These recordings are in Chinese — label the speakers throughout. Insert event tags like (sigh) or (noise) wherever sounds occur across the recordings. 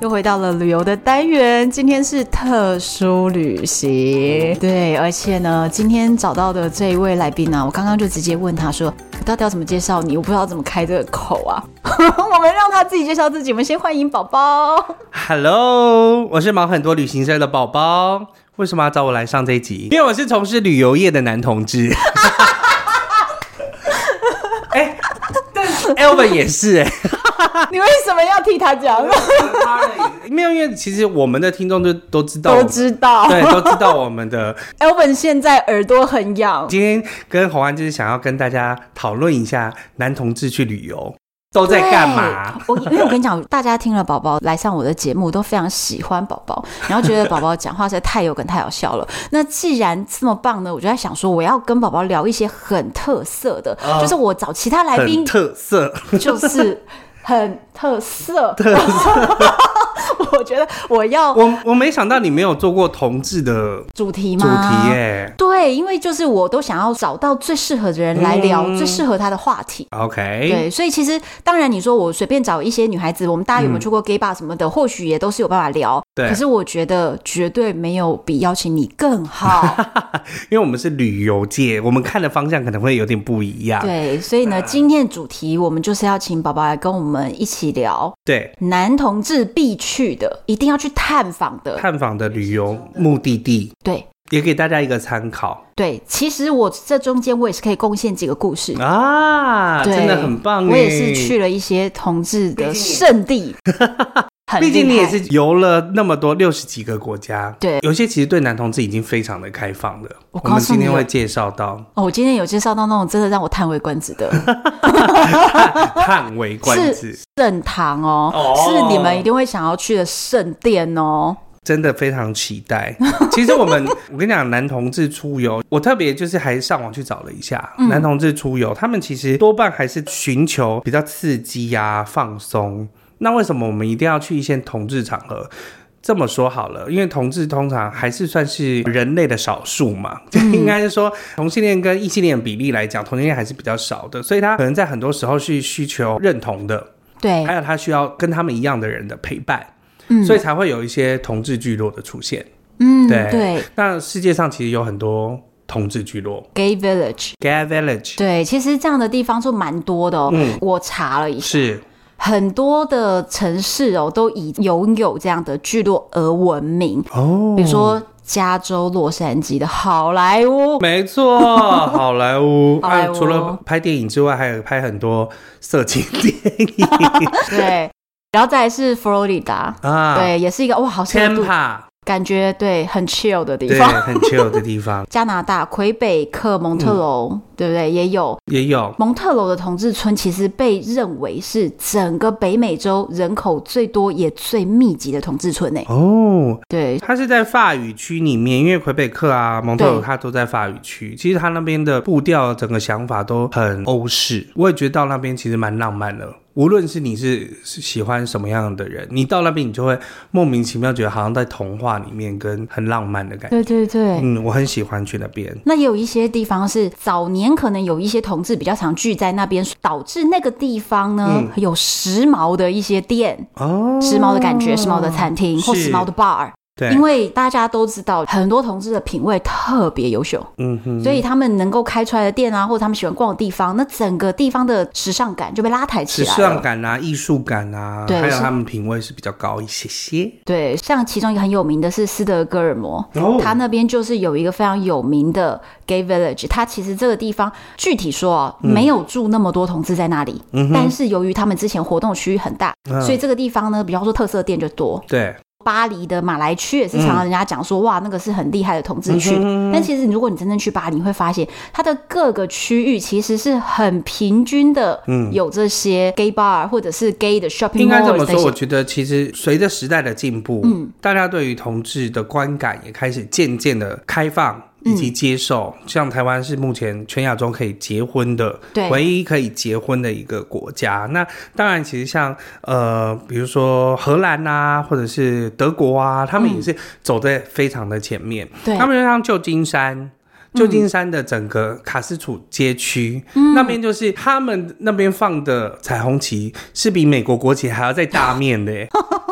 Speaker 1: 又回到了旅游的单元，今天是特殊旅行，对，而且呢，今天找到的这一位来宾呢、我刚刚就直接问他说，我到底要怎么介绍你？我不知道怎么开这个口啊。 (laughs) 我们让他自己介绍自己，我们先欢迎宝
Speaker 2: (laughs)
Speaker 1: 宝。
Speaker 2: Hello，我是忙很多旅行社的宝宝。为什么要找我来上这一集？因为我是从事旅游业的男同志。 (laughs) 哎、但 Elvin 也是哎、
Speaker 1: 你为什么要替他讲？
Speaker 2: 没有，因为其实我们的听众就 (laughs) 都知道
Speaker 1: (laughs)
Speaker 2: 我
Speaker 1: 都
Speaker 2: 们，
Speaker 1: 知道
Speaker 2: 对，都知道我们的。
Speaker 1: ，Elvin 现在耳朵很痒，
Speaker 2: 今天跟红安就是想要跟大家讨论一下男同志去旅游都在干嘛。
Speaker 1: 我因为我跟你讲，大家听了宝宝来上我的节目都非常喜欢宝宝，然后觉得宝宝讲话实在太有梗、太好笑了。那既然这么棒呢，我就在想说，我要跟宝宝聊一些很特色的，
Speaker 2: 啊
Speaker 1: 就是我找其他来
Speaker 2: 很
Speaker 1: 宾
Speaker 2: 特色，
Speaker 1: 就是很特色。
Speaker 2: 特色。
Speaker 1: 我觉得我要
Speaker 2: 我我没想到你没有做过同志的
Speaker 1: 主题
Speaker 2: 主
Speaker 1: 吗？
Speaker 2: 题哎耶、
Speaker 1: 对，因为就是我都想要找到最适合的人来聊、
Speaker 2: 嗯
Speaker 1: 最适合他的话题。
Speaker 2: OK，
Speaker 1: 对，所以其实当然，你说我随便找一些女孩子，我们大家有没有去过 gay bar 什么的，或许也都是有办法聊。
Speaker 2: 嗯对
Speaker 1: 可是我觉得绝对没有比邀请你更
Speaker 2: (laughs)
Speaker 1: 好。
Speaker 2: 因为我们是旅游界，我们看的方向可能会有点不一样。
Speaker 1: 对，所以呢，
Speaker 2: 啊
Speaker 1: 今天的主题我们就是要请宝宝来跟我们一起聊
Speaker 2: 对，
Speaker 1: 男同志必去的，一定要去探访的。
Speaker 2: 探访的旅游目的地
Speaker 1: 对
Speaker 2: 也给大家一个参考
Speaker 1: 对，其实我这中间我也是可以贡献几个故事。
Speaker 2: 啊，
Speaker 1: 对
Speaker 2: 真的很棒耶。
Speaker 1: 我也是去，了一些同志的圣地，很
Speaker 2: (laughs) 毕竟
Speaker 1: 厉
Speaker 2: 你也
Speaker 1: 害
Speaker 2: 是游了那么多六十几个国家，
Speaker 1: 对
Speaker 2: 有些其实对男同志已经非常的开放了。
Speaker 1: 我
Speaker 2: 我
Speaker 1: 告诉
Speaker 2: 们今天
Speaker 1: 你
Speaker 2: 会介绍到
Speaker 1: 哦，我今天有介绍到那种真的让我叹为观
Speaker 2: (laughs)
Speaker 1: 止的。
Speaker 2: 叹为观止，
Speaker 1: 圣堂哦，
Speaker 2: 哦
Speaker 1: 是你们一定会想要去的圣殿哦。
Speaker 2: 真的非常期待。 (laughs) 其实我们，我跟你讲，男同志出游，我特别就是还上网去找了一下，男同志出游，他们其实多半还是寻求比较刺激呀、放松。那为什么我们一定要去一些同志场合？这么说好了，因为同志通常还是算是人类的少数嘛，就应该是说同性恋跟异性恋比例来讲，同性恋还是比较少的，所以他可能在很多时候是需求认同的。
Speaker 1: 对
Speaker 2: 还有他需要跟他们一样的人的陪伴，所以才会有一些同志聚落的出现。
Speaker 1: 嗯，
Speaker 2: 对
Speaker 1: 对
Speaker 2: 那世界上其实有很多同志聚落
Speaker 1: ，Gay Village，
Speaker 2: ，Gay Village
Speaker 1: 对，其实这样的地方就蛮多的哦。
Speaker 2: 嗯
Speaker 1: 我查了一下，
Speaker 2: 是
Speaker 1: 很多的城市哦都以拥有这样的聚落而闻名，
Speaker 2: 哦，
Speaker 1: 比如说加州洛杉矶的好莱坞。
Speaker 2: 没错，好莱坞
Speaker 1: 好莱
Speaker 2: 啊，
Speaker 1: 坞
Speaker 2: 除了拍电影之外，还有拍很多色情电影
Speaker 1: 对，然后再来是佛罗里达，
Speaker 2: 啊，
Speaker 1: 对，也是一个哇，好适合度，
Speaker 2: ，Tampa
Speaker 1: 感觉对很 chill 的地
Speaker 2: 对，嗯
Speaker 1: 方。
Speaker 2: 很 chill 的地方
Speaker 1: 加拿大魁北克蒙特楼，对不对？也有
Speaker 2: 也有，
Speaker 1: 蒙特楼的同志村其实被认为是整个北美洲人口最多也最密集的同志村呢。
Speaker 2: 哦，
Speaker 1: 对，
Speaker 2: 它是在法语区里面，因为魁北克啊、蒙特
Speaker 1: 对
Speaker 2: 鲁它都在法语区。其实它那边的步调、整个想法都很欧式，我也觉得到那边其实蛮浪漫的。无论是你是是喜欢什么样的人，你到那边你就会莫名其妙觉得好像在童话里面，跟很浪漫的感觉。
Speaker 1: 对对对。
Speaker 2: 哎嗯，我很喜欢去那边。
Speaker 1: 那也有一些地方是早年可能有一些同志比较常聚在那边，导致那个地方呢、
Speaker 2: 嗯
Speaker 1: 有时髦的一些店、
Speaker 2: 哦，
Speaker 1: 时髦的感觉、时髦的餐厅或
Speaker 2: 是
Speaker 1: 时髦的 bar，
Speaker 2: 对，
Speaker 1: 因为大家都知道很多同志的品味特别优秀，
Speaker 2: 嗯哼，
Speaker 1: 所以他们能够开出来的店啊，或者他们喜欢逛的地方，那整个地方的时尚感就被拉抬起
Speaker 2: 时
Speaker 1: 来
Speaker 2: 尚
Speaker 1: 了。
Speaker 2: 感啊、艺术感啊，
Speaker 1: 对
Speaker 2: 还有
Speaker 1: 是
Speaker 2: 他们品味是比较高一些些。
Speaker 1: 对，像其中一个很有名的是斯德哥尔摩，
Speaker 2: 哦
Speaker 1: 它那边就是有一个非常有名的 gay village。它其实这个地方具体说啊，
Speaker 2: 嗯
Speaker 1: 没有住那么多同志在那里，但是由于他们之前活动区域很大，
Speaker 2: 嗯
Speaker 1: 所以这个地方呢，比方说特色店就多。
Speaker 2: 对，
Speaker 1: 巴黎的马来区也是常
Speaker 2: 嗯
Speaker 1: 常人家讲说，哇，那个是很厉害的同志区。但其实如果你真正去巴黎，你会发现它的各个区域其实是很平均的，
Speaker 2: 嗯
Speaker 1: 有这些 gay bar 或者是 gay 的 shopping
Speaker 2: 应该这
Speaker 1: mall
Speaker 2: 么
Speaker 1: 这
Speaker 2: 说，我
Speaker 1: 些。
Speaker 2: 觉得其实随着时代的进步，
Speaker 1: 嗯
Speaker 2: 大家对于同志的观感也开始渐渐的开放。
Speaker 1: 嗯
Speaker 2: 以及接受，像台湾是目前全亚洲可以结婚的
Speaker 1: 对
Speaker 2: 唯一可以结婚的一个国家。那当然，其实像呃，比如说荷兰啊，或者是德国啊，他们也是走在非常的前面。
Speaker 1: 嗯对
Speaker 2: 他们就像旧金山。旧金山的整个卡斯楚街区、
Speaker 1: 嗯
Speaker 2: 那边，就是他们那边放的彩虹旗是比美国国旗还要再大
Speaker 1: (laughs)
Speaker 2: 面的耶，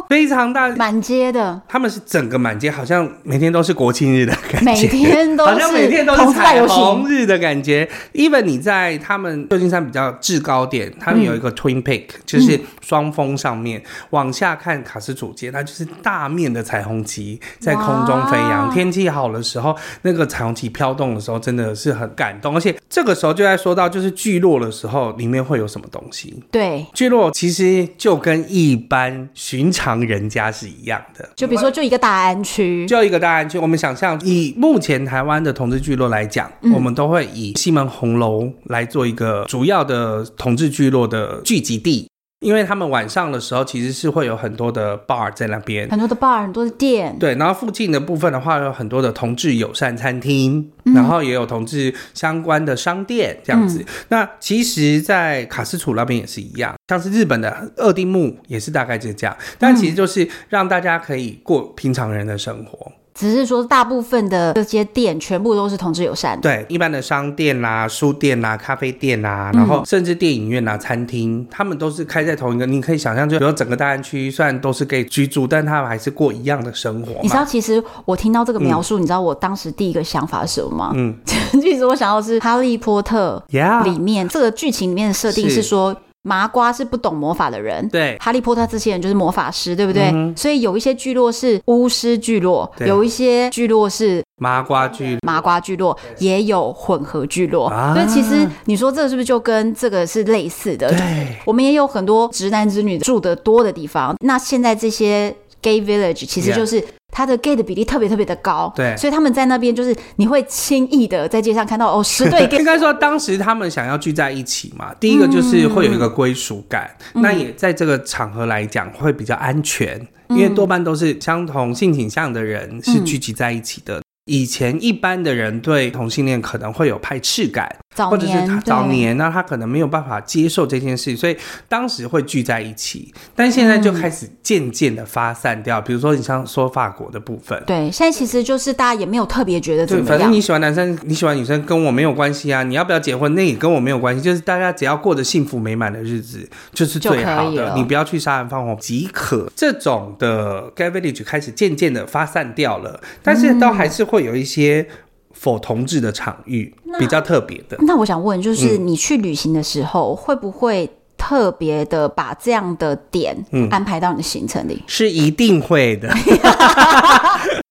Speaker 2: 非常大。
Speaker 1: 满街的，
Speaker 2: 他们是整个满街，好像每天都是国庆日的感觉，
Speaker 1: 每天都是
Speaker 2: (laughs) 好像每天都
Speaker 1: 同
Speaker 2: 是
Speaker 1: 志大
Speaker 2: 彩
Speaker 1: 游
Speaker 2: 虹
Speaker 1: 行，
Speaker 2: 日的感觉。even 你在他们旧金山比较制高点，他们有一
Speaker 1: 嗯
Speaker 2: 个 Twin Peak，、就是双峰上面往下看卡斯楚街，它就是大面的彩虹旗在空中飞扬。
Speaker 1: 哇
Speaker 2: 天气好的时候，那个彩虹旗飘动的时候，真的是很感动。而且这个时候就在说到，就是聚落的时候，里面会有什么东西？
Speaker 1: 对，
Speaker 2: 聚落其实就跟一般寻常人家是一样的，
Speaker 1: 就比如说就一个大安区，
Speaker 2: 就一个大安区，我们想象以目前台湾的同志聚落来讲，我们都会以西门红楼来做一个主要的同志聚落的聚集地。因为他们晚上的时候其实是会有很多的 bar 在那边，
Speaker 1: 很多的 bar，很多的店，
Speaker 2: 对，然后附近的部分的话，有很多的同志友善餐厅，然后也有同志相关的商店这样子。那其实，在卡斯楚那边也是一样，像是日本的二丁目也是大概就这样，但其实就是让大家可以过平常人的生活。
Speaker 1: 只是说大部分的这些店全部都是同志友善的，
Speaker 2: 对，一般的商店啦、书店啦、咖啡店啦，然后甚至电影院啦、啊餐厅，他们都是开在同一个。你可以想象，就比如整个大安区虽然都是可以居住，但他们还是过一样的生活
Speaker 1: 你知
Speaker 2: 嘛。
Speaker 1: 道，其实我听到这个描述，你知道我当时第一个想法是什么吗？
Speaker 2: 嗯，
Speaker 1: (laughs) 其实我想到是《哈利波特》里
Speaker 2: Yeah，
Speaker 1: 面、这个剧情里面的设定
Speaker 2: 啊是
Speaker 1: 是说。麻瓜是不懂魔法的人，
Speaker 2: 对嗯
Speaker 1: 哈利波特这些人就是魔法师，对不对？所以有一些聚落是巫师聚落，
Speaker 2: 对
Speaker 1: 有一些聚落是
Speaker 2: 麻瓜剧
Speaker 1: 麻瓜聚落，也有混合聚落。
Speaker 2: 啊
Speaker 1: 所以其实你说这是不是就跟这个是类似的？
Speaker 2: 对，
Speaker 1: 我们也有很多直男直女住的多的地方。那现在这些 gay village 其实
Speaker 2: Yeah
Speaker 1: 就是它的 gay 的比例特别特别的高，
Speaker 2: 对
Speaker 1: 所以他们在那边就是你会轻易的在街上看到哦十
Speaker 2: (laughs)
Speaker 1: 对 gay，
Speaker 2: 应该说，当时他们想要聚在一起嘛，第一个就是会有一个归属感，那也在这个场合来讲会比较安全，因为多半都是相同性倾向的人是聚集在一起的。以前一般的人对同性恋可能会有排斥感，
Speaker 1: 早
Speaker 2: 或者是
Speaker 1: 年
Speaker 2: 他早
Speaker 1: 对
Speaker 2: 年，那他可能没有办法接受这件事，所以当时会聚在一起，但现在
Speaker 1: 嗯
Speaker 2: 就开始渐渐的发散掉。比如说，你像说法国的部分，
Speaker 1: 对，现在其实就是大家也没有特别觉得怎
Speaker 2: 对，
Speaker 1: 么
Speaker 2: 反正
Speaker 1: 样
Speaker 2: 你。喜欢男生，你喜欢女生跟我没有关系啊。你要不要结婚，那也跟我没有关系。就是大家只要过着幸福美满的日子，就是最好
Speaker 1: 就可以
Speaker 2: 的
Speaker 1: 了。
Speaker 2: 你不要去杀人放火即可。这种的 gay village 开始渐渐的发散掉了，但是
Speaker 1: 嗯
Speaker 2: 都还是会有一些否同志的场域，比较特别的。
Speaker 1: 那我想问，就是
Speaker 2: 嗯
Speaker 1: 你去旅行的时候，会不会特别的把这样的点
Speaker 2: 嗯
Speaker 1: 安排到你的行程里？
Speaker 2: 是一定会的，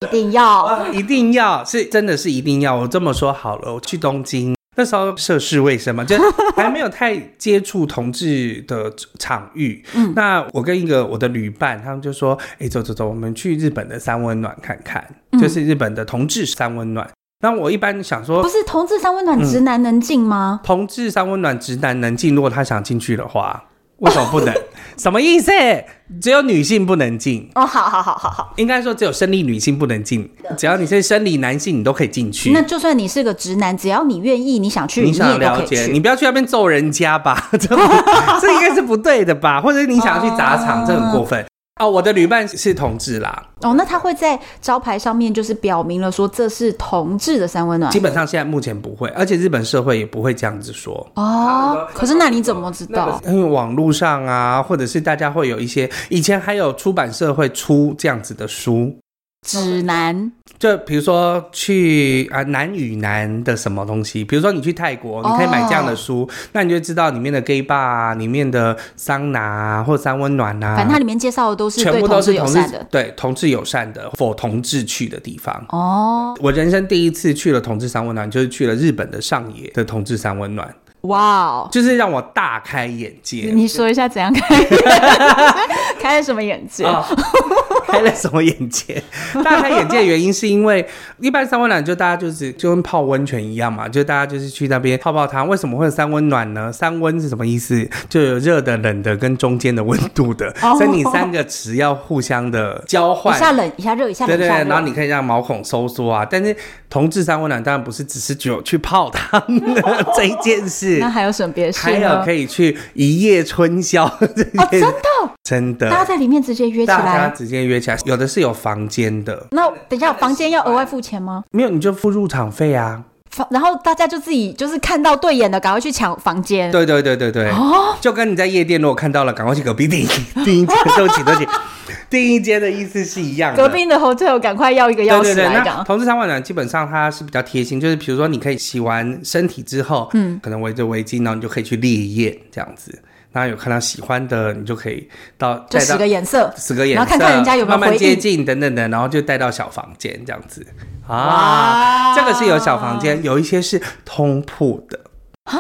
Speaker 1: 一定要
Speaker 2: 哦一定要是真的是一定要。我这么说好了，我去东京那时候涉世未深嘛，
Speaker 1: (laughs)
Speaker 2: 就还没有太接触同志的场域。嗯，那我跟一个我的旅伴，他们就说：“哎、走走走，我们去日本的三温暖看看，
Speaker 1: 嗯
Speaker 2: 就是日本的同志三温暖。那我一般想说
Speaker 1: 不，是同志三温暖直男能进吗？
Speaker 2: 同志三温暖直男能进，如果他想进去的话，为什
Speaker 1: (laughs)
Speaker 2: 么不能？什么意思？只有女性不能进。
Speaker 1: 哦，好好好好好。
Speaker 2: 应该说，只有生理女性不能进，只要你是生理男性，你都可以进去。
Speaker 1: 那就算你是个直男，只要你愿意，你想去，
Speaker 2: 嗯你
Speaker 1: 你
Speaker 2: 想
Speaker 1: 也都
Speaker 2: 了
Speaker 1: 可以
Speaker 2: 解，
Speaker 1: 去。
Speaker 2: 你不要去那边揍人家吧， (laughs) 这
Speaker 1: (laughs)
Speaker 2: 不这应该是不对的吧？或者你想要去砸场，这很过
Speaker 1: 啊
Speaker 2: 分。哦，我的旅伴是同志啦，
Speaker 1: 哦，那他会在招牌上面就是表明了说这是同志的三温暖
Speaker 2: 基本上现在目前不会，而且日本社会也不会这样子说。
Speaker 1: 哦。可是那你怎么知道？
Speaker 2: 因为网络上啊，或者是大家会有一些，以前还有出版社会出这样子的书，
Speaker 1: 指南
Speaker 2: 就比如说去啊男与男的什么东西，比如说你去泰国，
Speaker 1: 哦
Speaker 2: 你可以买这样的书，那你就知道里面的 gay bar 啊，里面的桑拿啊，或三温暖啊，
Speaker 1: 反正它里面介绍的都是
Speaker 2: 全
Speaker 1: 对
Speaker 2: 部都
Speaker 1: 同
Speaker 2: 是
Speaker 1: 志友
Speaker 2: 志
Speaker 1: 善的
Speaker 2: 对同志友善的否同志去的地方。
Speaker 1: 哦。
Speaker 2: 我人生第一次去了同志三温暖，就是去了日本的上野的同志三温暖，
Speaker 1: 哇哦！
Speaker 2: 就是让我大开眼界。 (laughs)
Speaker 1: 你说一下怎样开开了什么眼界？
Speaker 2: 啊，开了什么眼界？大开眼界的原因是因为一般三温暖就大家就是就跟泡温泉一样嘛，就大家就是去那边泡泡汤。为什么会有三温暖呢？三温是什么意思？就有热的、冷的跟中间的温度的，
Speaker 1: 哦
Speaker 2: 所以你三个池要互相的交换
Speaker 3: 一。下冷一下热一下
Speaker 2: 对
Speaker 3: 冷
Speaker 2: 对
Speaker 3: 一
Speaker 2: 对
Speaker 3: 下，热，
Speaker 2: 然后你可以让毛孔收缩啊，但是同志三温暖当然不是只是只有去泡汤的这一件 (laughs) 事
Speaker 1: 那，还有什么别的事
Speaker 2: 还有
Speaker 1: 呢？
Speaker 2: 可以去一夜春宵这
Speaker 3: 哦
Speaker 2: 件
Speaker 3: 真
Speaker 2: 事，
Speaker 3: 的，
Speaker 2: (laughs) 真
Speaker 3: 大家
Speaker 2: 的，
Speaker 3: 在里面直接约起
Speaker 2: 大家
Speaker 3: 来。
Speaker 2: 直接约起来，有的是有房间的，
Speaker 1: 那等一下，房间要额外付钱吗？
Speaker 2: 没有你就付入场费啊。
Speaker 1: 房然后大家就自己就是看到对眼的，赶快去抢房间。哦
Speaker 2: 对哦对对对对，就跟你在夜店如果看到了，赶快去隔壁订订一间，对不起对不 (laughs) 起，订一间的意思是一样的。
Speaker 1: 隔壁的 hotel 赶快要一个钥匙
Speaker 2: 对对对，
Speaker 1: 来
Speaker 2: 那
Speaker 1: 讲。
Speaker 2: 同志三温暖基本上它是比较贴心，就是比如说你可以洗完身体之后，嗯，可能围着围巾，然后你就可以去烈焰这样子。然后有看到喜欢的，你就可以到
Speaker 1: 就
Speaker 2: 带
Speaker 1: 使
Speaker 2: 到
Speaker 1: 个眼色，
Speaker 2: 十个颜色，
Speaker 1: 然后看看人家有没有
Speaker 2: 慢
Speaker 1: 回
Speaker 2: 慢接
Speaker 1: 应。
Speaker 2: 近等等等，然后就带到小房间这样子啊
Speaker 1: 哇。
Speaker 2: 这个是有小房间，有一些是通铺的啊，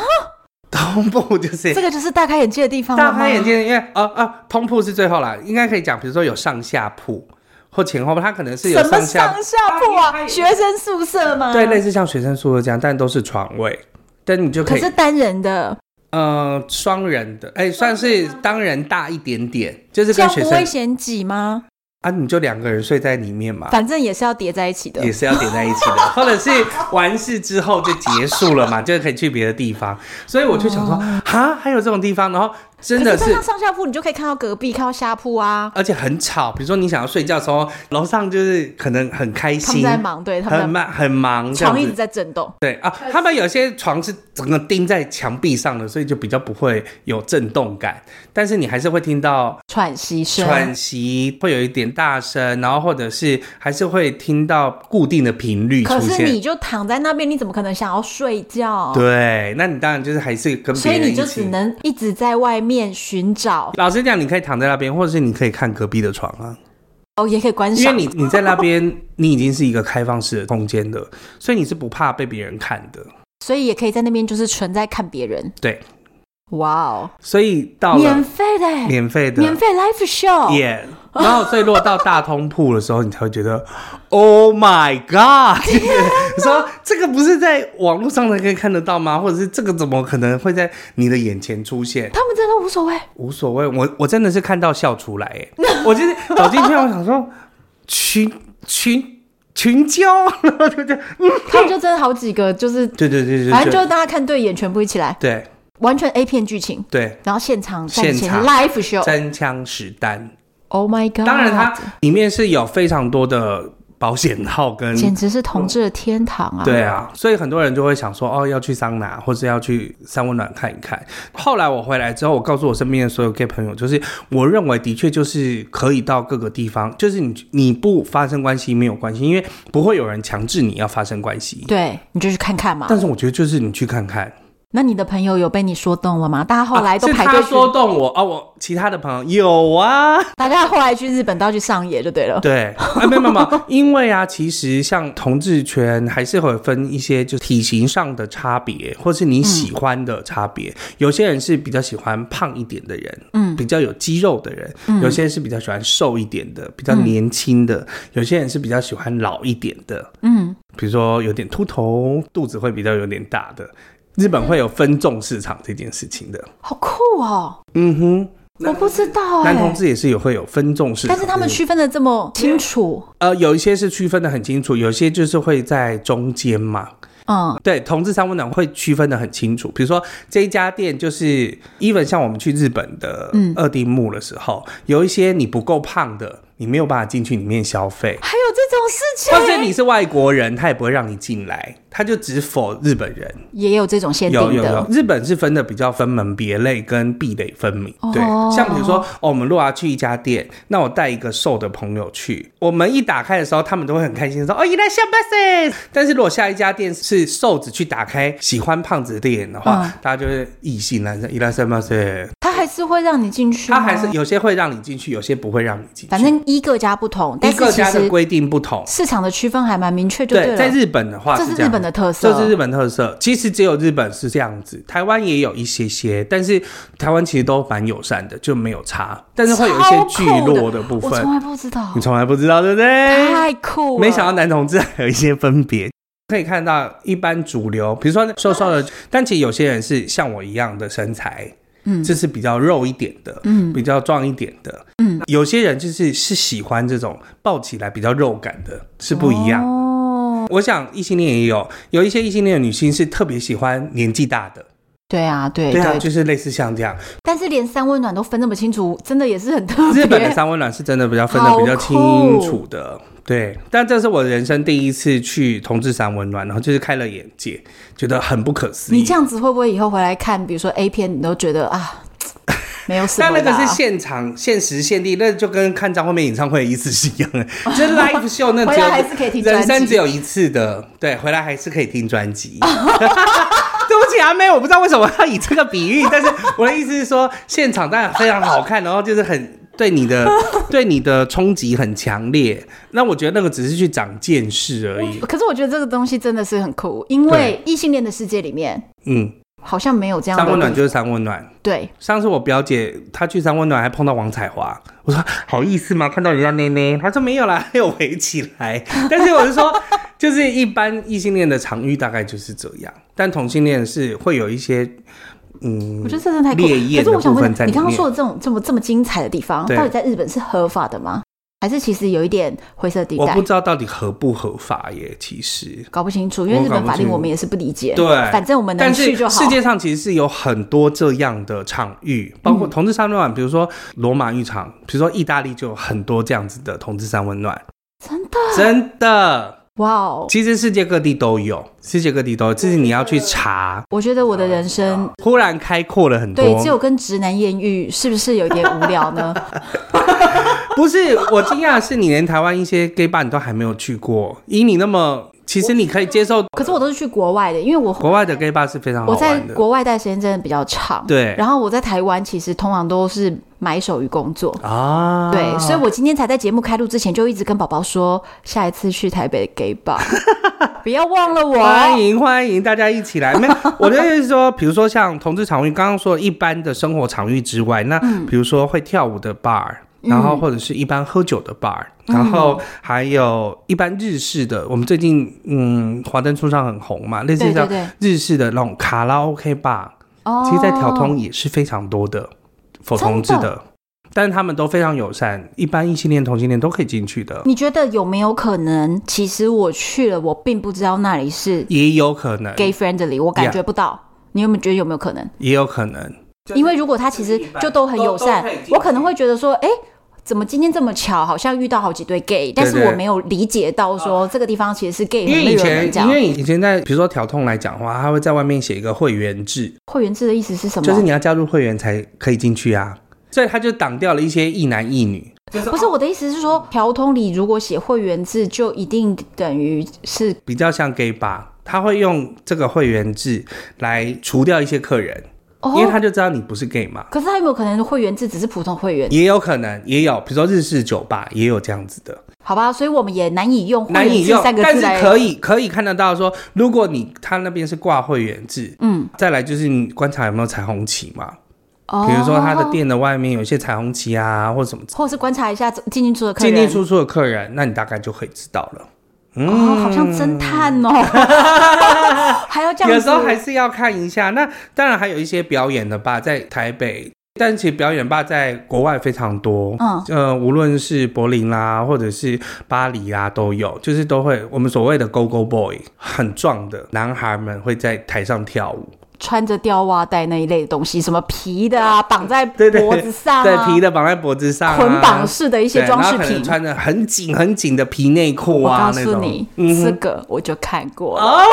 Speaker 2: 通铺就是
Speaker 1: 这。个就是大开眼界的地方了
Speaker 2: 大
Speaker 1: 吗
Speaker 2: 开眼。界，因为啊啊，通铺是最后啦，应该可以讲，比如说有上下铺或前后铺，它可能是有
Speaker 1: 什么
Speaker 2: 上下
Speaker 1: 上下铺
Speaker 2: 它
Speaker 1: 啊？
Speaker 2: 也
Speaker 1: 学生宿舍吗？
Speaker 2: 对，类似像学生宿舍这样，但都是床位，但你就可
Speaker 1: 可
Speaker 2: 以
Speaker 1: 是单人的，
Speaker 2: 呃双人的，哎、算是当人大一点点，就是
Speaker 1: 这
Speaker 2: 跟
Speaker 1: 样
Speaker 2: 学
Speaker 1: 不
Speaker 2: 生
Speaker 1: 会嫌挤吗？
Speaker 2: 啊，你就两个人睡在里面嘛，
Speaker 1: 反正也是要叠在一起的
Speaker 2: 也。是要点在一起的，或者是完事之后就结束了嘛，就可以去别的地方。所以我就想说，哈，还有这种地方，然后真的
Speaker 1: 哦可是
Speaker 2: 是
Speaker 1: 上。上下铺，你就可以看到隔壁，看到下铺啊。
Speaker 2: 而且很吵，比如说你想要睡觉的时候，楼上就是可能很开
Speaker 1: 他们
Speaker 2: 心，
Speaker 1: 在忙，对他
Speaker 2: 很
Speaker 1: 们在
Speaker 2: 忙很忙，这样
Speaker 1: 床一直
Speaker 2: 子。
Speaker 1: 在震动。
Speaker 2: 对啊，他们有些床是整个钉在墙壁上的，所以就比较不会有震动感，但是你还是会听到
Speaker 1: 喘息声，
Speaker 2: 喘息，会有一点大声，然后或者是还是会听到固定的频率出
Speaker 1: 可
Speaker 2: 现。
Speaker 1: 是你就躺在那边，你怎么可能想要睡觉？
Speaker 2: 对，那你当然就是还是跟
Speaker 1: 所
Speaker 2: 别
Speaker 1: 以
Speaker 2: 人一
Speaker 1: 你
Speaker 2: 起。
Speaker 1: 就只能一直在外面寻找，
Speaker 2: 老实讲，你可以躺在那边，或者是你可以看隔壁的床啊，
Speaker 1: 哦，也可以观
Speaker 2: 因为
Speaker 1: 赏。
Speaker 2: 你你在那边，你已经是一个开放式的空间的，所以你是不怕被别人看的。
Speaker 1: 所以也可以在那边就是纯在看别人。
Speaker 2: 对，
Speaker 1: 哇
Speaker 2: 所以
Speaker 1: 哦，
Speaker 2: 到
Speaker 1: 免
Speaker 2: 了
Speaker 1: 费的欸，
Speaker 2: 免费的
Speaker 1: 免费 live show，
Speaker 2: 耶然后所以落到大通铺的时候，你才会觉得，Oh my God！你
Speaker 1: 啊
Speaker 2: 说这个不是在网络上才可以看得到吗？或者是这个怎么可能会在你的眼前出现？
Speaker 1: 他们真的无所谓。
Speaker 2: 无所谓，我我真的是看到笑出来
Speaker 1: (laughs)
Speaker 2: 哎，我就是走进去，我想说群群群交，然后就这样，
Speaker 1: 他们就真的好几个，就是
Speaker 2: 对对对对，
Speaker 1: 反正
Speaker 2: 对
Speaker 1: 就大家看对眼，全部一起来，
Speaker 2: 对
Speaker 1: 完全 A 片剧情，
Speaker 2: 对，
Speaker 1: 然后现场战
Speaker 2: 现
Speaker 1: 前
Speaker 2: 场
Speaker 1: live show。
Speaker 2: 真枪实弹。
Speaker 1: Oh my god！
Speaker 2: 当然，它里面是有非常多的保险套跟。
Speaker 1: 简直是同志的天堂啊！
Speaker 2: 嗯对啊，所以很多人就会想说，哦，要去桑拿，或是要去三温暖看一看。后来我回来之后，我告诉我身边的所有 gay 朋友，就是我认为的确就是可以到各个地方，就是你你不发生关系没有关系，因为不会有人强制你要发生关系。
Speaker 1: 对，你就去看看嘛。
Speaker 2: 但是我觉得就是你去看看，
Speaker 1: 那你的朋友有被你说动了吗？大家后来都
Speaker 2: 啊
Speaker 1: 排
Speaker 2: 是
Speaker 1: 队
Speaker 2: 他
Speaker 1: 去，
Speaker 2: 说动我啊，我其他的朋友有啊，
Speaker 1: 大家后来去日本都要去上野就对了。
Speaker 2: (laughs) 对，啊，没有没有没有，因为啊，其实像同志圈还是会有分一些就是体型上的差别，或是你喜欢的差别。有些人是比较喜欢胖一点的人，嗯，比较有肌肉的人；
Speaker 1: 嗯
Speaker 2: 有些人是比较喜欢瘦一点的，比较年轻的；有些人是比较喜欢老一点的，
Speaker 1: 嗯，
Speaker 2: 比如说有点秃头，肚子会比较有点大的。日本会有分众市场这件事情的，
Speaker 1: 好酷哦！
Speaker 2: 嗯哼，
Speaker 1: 我不知道哎、
Speaker 2: 男同志也是有会有分众市场
Speaker 1: 但
Speaker 2: 这件事情，
Speaker 1: 是他们区分的这么清楚，
Speaker 2: 呃，有一些是区分的很清楚，有些就是会在中间嘛。
Speaker 1: 嗯，
Speaker 2: 对，同志三温暖会区分的很清楚。比如说这一家店就是，even 像我们去日本的
Speaker 1: 嗯
Speaker 2: 二丁目的时候，有一些你不够胖的，你没有办法进去里面消费。
Speaker 1: 还有这种事情，
Speaker 2: 或是你是外国人，他也不会让你进来，他就只否日本人。
Speaker 1: 也有这种限定
Speaker 2: 有
Speaker 1: 的，
Speaker 2: 有有，日本是分的比较分门别类跟壁垒分明。对，
Speaker 1: 哦
Speaker 2: 像比如说，哦，我们如果要去一家店，那我带一个瘦的朋友去，我们一打开的时候，他们都会很开心地说：“哦，伊来下班噻。”但是如果下一家店是
Speaker 1: 嗯
Speaker 2: 瘦子去打开喜欢胖子的店的话，大家就会异性男生伊来下班噻。
Speaker 1: 他还是会让你进去吗，
Speaker 2: 他还是有些会让你进去，有些不会让你进去。
Speaker 1: 反正一各家不同，但
Speaker 2: 一
Speaker 1: 是
Speaker 2: 个
Speaker 1: 其
Speaker 2: 家的
Speaker 1: 实
Speaker 2: 规定不同。
Speaker 1: 市场的区分还蛮明确，就
Speaker 2: 对，
Speaker 1: 了。
Speaker 2: 在日本的话
Speaker 1: 这
Speaker 2: 是
Speaker 1: 是
Speaker 2: 这样
Speaker 1: 日本的特色，
Speaker 2: 这是日本特色，其实只有日本是这样子，台湾也有一些些，但是台湾其实都蛮友善的，就没有差，但是会有一些聚落的部
Speaker 1: 我
Speaker 2: 分
Speaker 1: 从，来不知道
Speaker 2: 你，从来不知道，对不对？
Speaker 1: 太酷了，
Speaker 2: 没想到男同志还有一些分别。可以看到，一般主流，比如说瘦瘦的，但其实有些人是像我一样的身材，
Speaker 1: 嗯
Speaker 2: 就是比较肉一点的，
Speaker 1: 嗯
Speaker 2: 比较壮一点的，
Speaker 1: 嗯，
Speaker 2: 有些人就是是喜欢这种抱起来比较肉感的，是不一样。
Speaker 1: 哦，
Speaker 2: 我想异性恋也有，有一些异性恋的女性是特别喜欢年纪大的，
Speaker 1: 对啊，对哦
Speaker 2: 对啊，就是类似像这样。
Speaker 1: 但是连三温暖都分那么清楚，真的也是很特别。
Speaker 2: 日本的三温暖是真的比较分的比较清楚的，对。但这是我人生第一次去同志三温暖，然后就是开了眼界，觉得很不可思议。
Speaker 1: 你这样子会不会以后回来看，比如说 A 片，你都觉得
Speaker 2: (laughs)
Speaker 1: 啊，没有什
Speaker 2: 但
Speaker 1: 么
Speaker 2: 那
Speaker 1: 啦
Speaker 2: 个是现场、现实、现地，那就跟看张惠妹演唱会的意思是一样
Speaker 1: (laughs)
Speaker 2: 的。就是 live show 那
Speaker 1: 回
Speaker 2: 只有
Speaker 1: 来还是可以听专
Speaker 2: 人
Speaker 1: 辑
Speaker 2: 生只有一次的，对，回来还是可以听专辑。 (laughs) 对不起，阿啊妹，我不知道为什么要以这个比喻，但是我的意思是说，现场当然非常好看，然后就是很对你
Speaker 1: (laughs)
Speaker 2: 的对你的冲击很强烈。那我觉得那个只是去长见识而已。
Speaker 1: 可是我觉得这个东西真的是很酷，因为异性恋的世界里面
Speaker 2: 嗯，
Speaker 1: 好像没有这样的
Speaker 2: 三温暖就是三温暖。
Speaker 1: 对，
Speaker 2: 上次我表姐她去三温暖还碰到王彩华，我说好意思吗？看到人家内内，她说没有啦，还有围起
Speaker 1: (laughs)
Speaker 2: 来。但是我是说，就是一般异性恋的场域大概就是这样，但同性恋是会有一些，嗯，
Speaker 1: 我觉得这真的太酷。
Speaker 2: 烈焰
Speaker 1: 可是
Speaker 2: 的
Speaker 1: 我想
Speaker 2: 部
Speaker 1: 问
Speaker 2: 分在，
Speaker 1: 你
Speaker 2: 里
Speaker 1: 刚刚
Speaker 2: 面。
Speaker 1: 说的这种这么这么精彩的地方，
Speaker 2: 对
Speaker 1: 到底在日本是合法的吗？还是其实有一点灰色地
Speaker 2: 我
Speaker 1: 带
Speaker 2: 不？知道到底合不合法耶，其实。
Speaker 1: 搞不清楚，因为
Speaker 2: 我
Speaker 1: 日
Speaker 2: 搞
Speaker 1: 本
Speaker 2: 不
Speaker 1: 法令
Speaker 2: 清
Speaker 1: 我们也是不理解。
Speaker 2: 对
Speaker 1: 反正我们能
Speaker 2: 但
Speaker 1: 去
Speaker 2: 是
Speaker 1: 就好。
Speaker 2: 世界上其实是有很多这样的场域，包
Speaker 1: 嗯
Speaker 2: 括同志三温暖，比如说罗马浴场，比如说意大利就有很多这样子的同志三温暖，
Speaker 1: 真的，
Speaker 2: 真的。
Speaker 1: 哇哦！
Speaker 2: 其实世界各地都有，世界各地都有，只是你要去查。
Speaker 1: 我觉得我的人生
Speaker 2: 忽然开阔了很多，
Speaker 1: 对，只有跟直男艳遇，是不是有点无聊
Speaker 2: (laughs)
Speaker 1: 呢？
Speaker 2: 不是我惊讶的是，你连台湾一些 gay bar 你都还没有去过，以你那么，其实你可以接受
Speaker 1: 可是我都是去国外的，因为我
Speaker 2: 国外的 gay bar 是非常好
Speaker 1: 我在
Speaker 2: 玩的。
Speaker 1: 国外待时间真的比较长。
Speaker 2: 对
Speaker 1: 然后我在台湾其实通常都是埋首于工作。
Speaker 2: 啊，
Speaker 1: 对，所以我今天才在节目开录之前就一直跟宝宝说，下一次去台北 gay
Speaker 2: (laughs)
Speaker 1: bar，不要忘了
Speaker 2: 欢
Speaker 1: 我。
Speaker 2: 迎欢迎大家一起来。
Speaker 1: (laughs)
Speaker 2: 没有，我的意思是说，比如说像同志场域，刚刚说一般的生活场域之外，那
Speaker 1: 嗯
Speaker 2: 比如说会跳舞的 bar，、然后或者是一般喝酒的 bar，、然
Speaker 1: 嗯
Speaker 2: 后还有一般日式的，我们最近嗯华灯初上很红嘛，类似
Speaker 1: 对对
Speaker 2: 像
Speaker 1: 对，
Speaker 2: 日式的那种卡拉 OK bar，
Speaker 1: 哦，
Speaker 2: 其实在调通也是非常多的否同志
Speaker 1: 真
Speaker 2: 的。但是他们都非常友善，一般异性恋、同性恋都可以进去的，
Speaker 1: 你觉得有没有可能，其实我去了，我并不知道那里是
Speaker 2: 也有可能，
Speaker 1: gay friendly，我感觉不到。你有没有觉得有没有可能？
Speaker 2: 也有可能。
Speaker 1: 因为如果他其实就都很友善
Speaker 2: 都都可以进，去
Speaker 1: 我可能会觉得说，哎、怎么今天这么巧，好像遇到好几对 gay，但是
Speaker 2: 对
Speaker 1: 我没有理解到
Speaker 2: 啊
Speaker 1: 说这个地方其实是 gay
Speaker 2: 因为
Speaker 1: 很
Speaker 2: 以
Speaker 1: 热门
Speaker 2: 前，
Speaker 1: 这
Speaker 2: 因
Speaker 1: 样。
Speaker 2: 为以前在比如说调痛来讲的话，他会在外面写一个会员制，
Speaker 1: 会员制的意思是什么？
Speaker 2: 就是你要加入会员才可以进去啊，所以他就挡掉了一些一男一女。
Speaker 1: 不是我的意思是说，条通里如果写会员制，就一定等于是
Speaker 2: 比较像 gay 吧，他会用这个会员制来除掉一些客人，
Speaker 1: 哦
Speaker 2: 因。为他就知道你不是 gay 嘛。
Speaker 1: 可是他有没有可能会员制只是普通会员？
Speaker 2: 也有可能，也有，比如说日式酒吧也有这样子的，
Speaker 1: 好吧，所以我们也难以用会
Speaker 2: 难
Speaker 1: 员
Speaker 2: 以
Speaker 1: 制
Speaker 2: 用
Speaker 1: 三，个
Speaker 2: 但
Speaker 1: 字
Speaker 2: 是
Speaker 1: 来。
Speaker 2: 可以可以看得到说，如果你他那边是挂会员制，
Speaker 1: 嗯，
Speaker 2: 再来就是你观察有没有彩虹旗嘛，
Speaker 1: 哦
Speaker 2: 比如说他的，店的外面有一些彩虹旗啊，或者什么
Speaker 1: 或是观察一下进进出出的客
Speaker 2: 进
Speaker 1: 人。
Speaker 2: 进出出的客人，那你大概就可以知道了。
Speaker 1: 哦，好像侦探哦， (laughs) 还要这样子。
Speaker 2: 嗯有时候还是要看一下。那当然还有一些表演的吧，在台北，但其实表演吧在国外非常多。
Speaker 1: 嗯，
Speaker 2: 呃，无论是柏林啦，或者是巴黎啦，都有，就是都会我们所谓的 “go go boy” 很壮的男孩们会在台上跳舞，
Speaker 1: 穿着吊袜带那一类的东西，什么皮的啊，绑在
Speaker 2: (laughs) 对对
Speaker 1: 脖子上、啊，
Speaker 2: 对，皮的绑在脖子上、啊，
Speaker 1: 捆绑式的一些
Speaker 2: 对
Speaker 1: 装
Speaker 2: 然后
Speaker 1: 饰
Speaker 2: 可能
Speaker 1: 品。
Speaker 2: 穿着很紧很紧的皮内裤
Speaker 1: 我
Speaker 2: 啊
Speaker 1: 告
Speaker 2: 那
Speaker 1: 诉
Speaker 2: 种。
Speaker 1: 你，
Speaker 2: 嗯哼
Speaker 1: 这个我就看过了。
Speaker 2: 哦，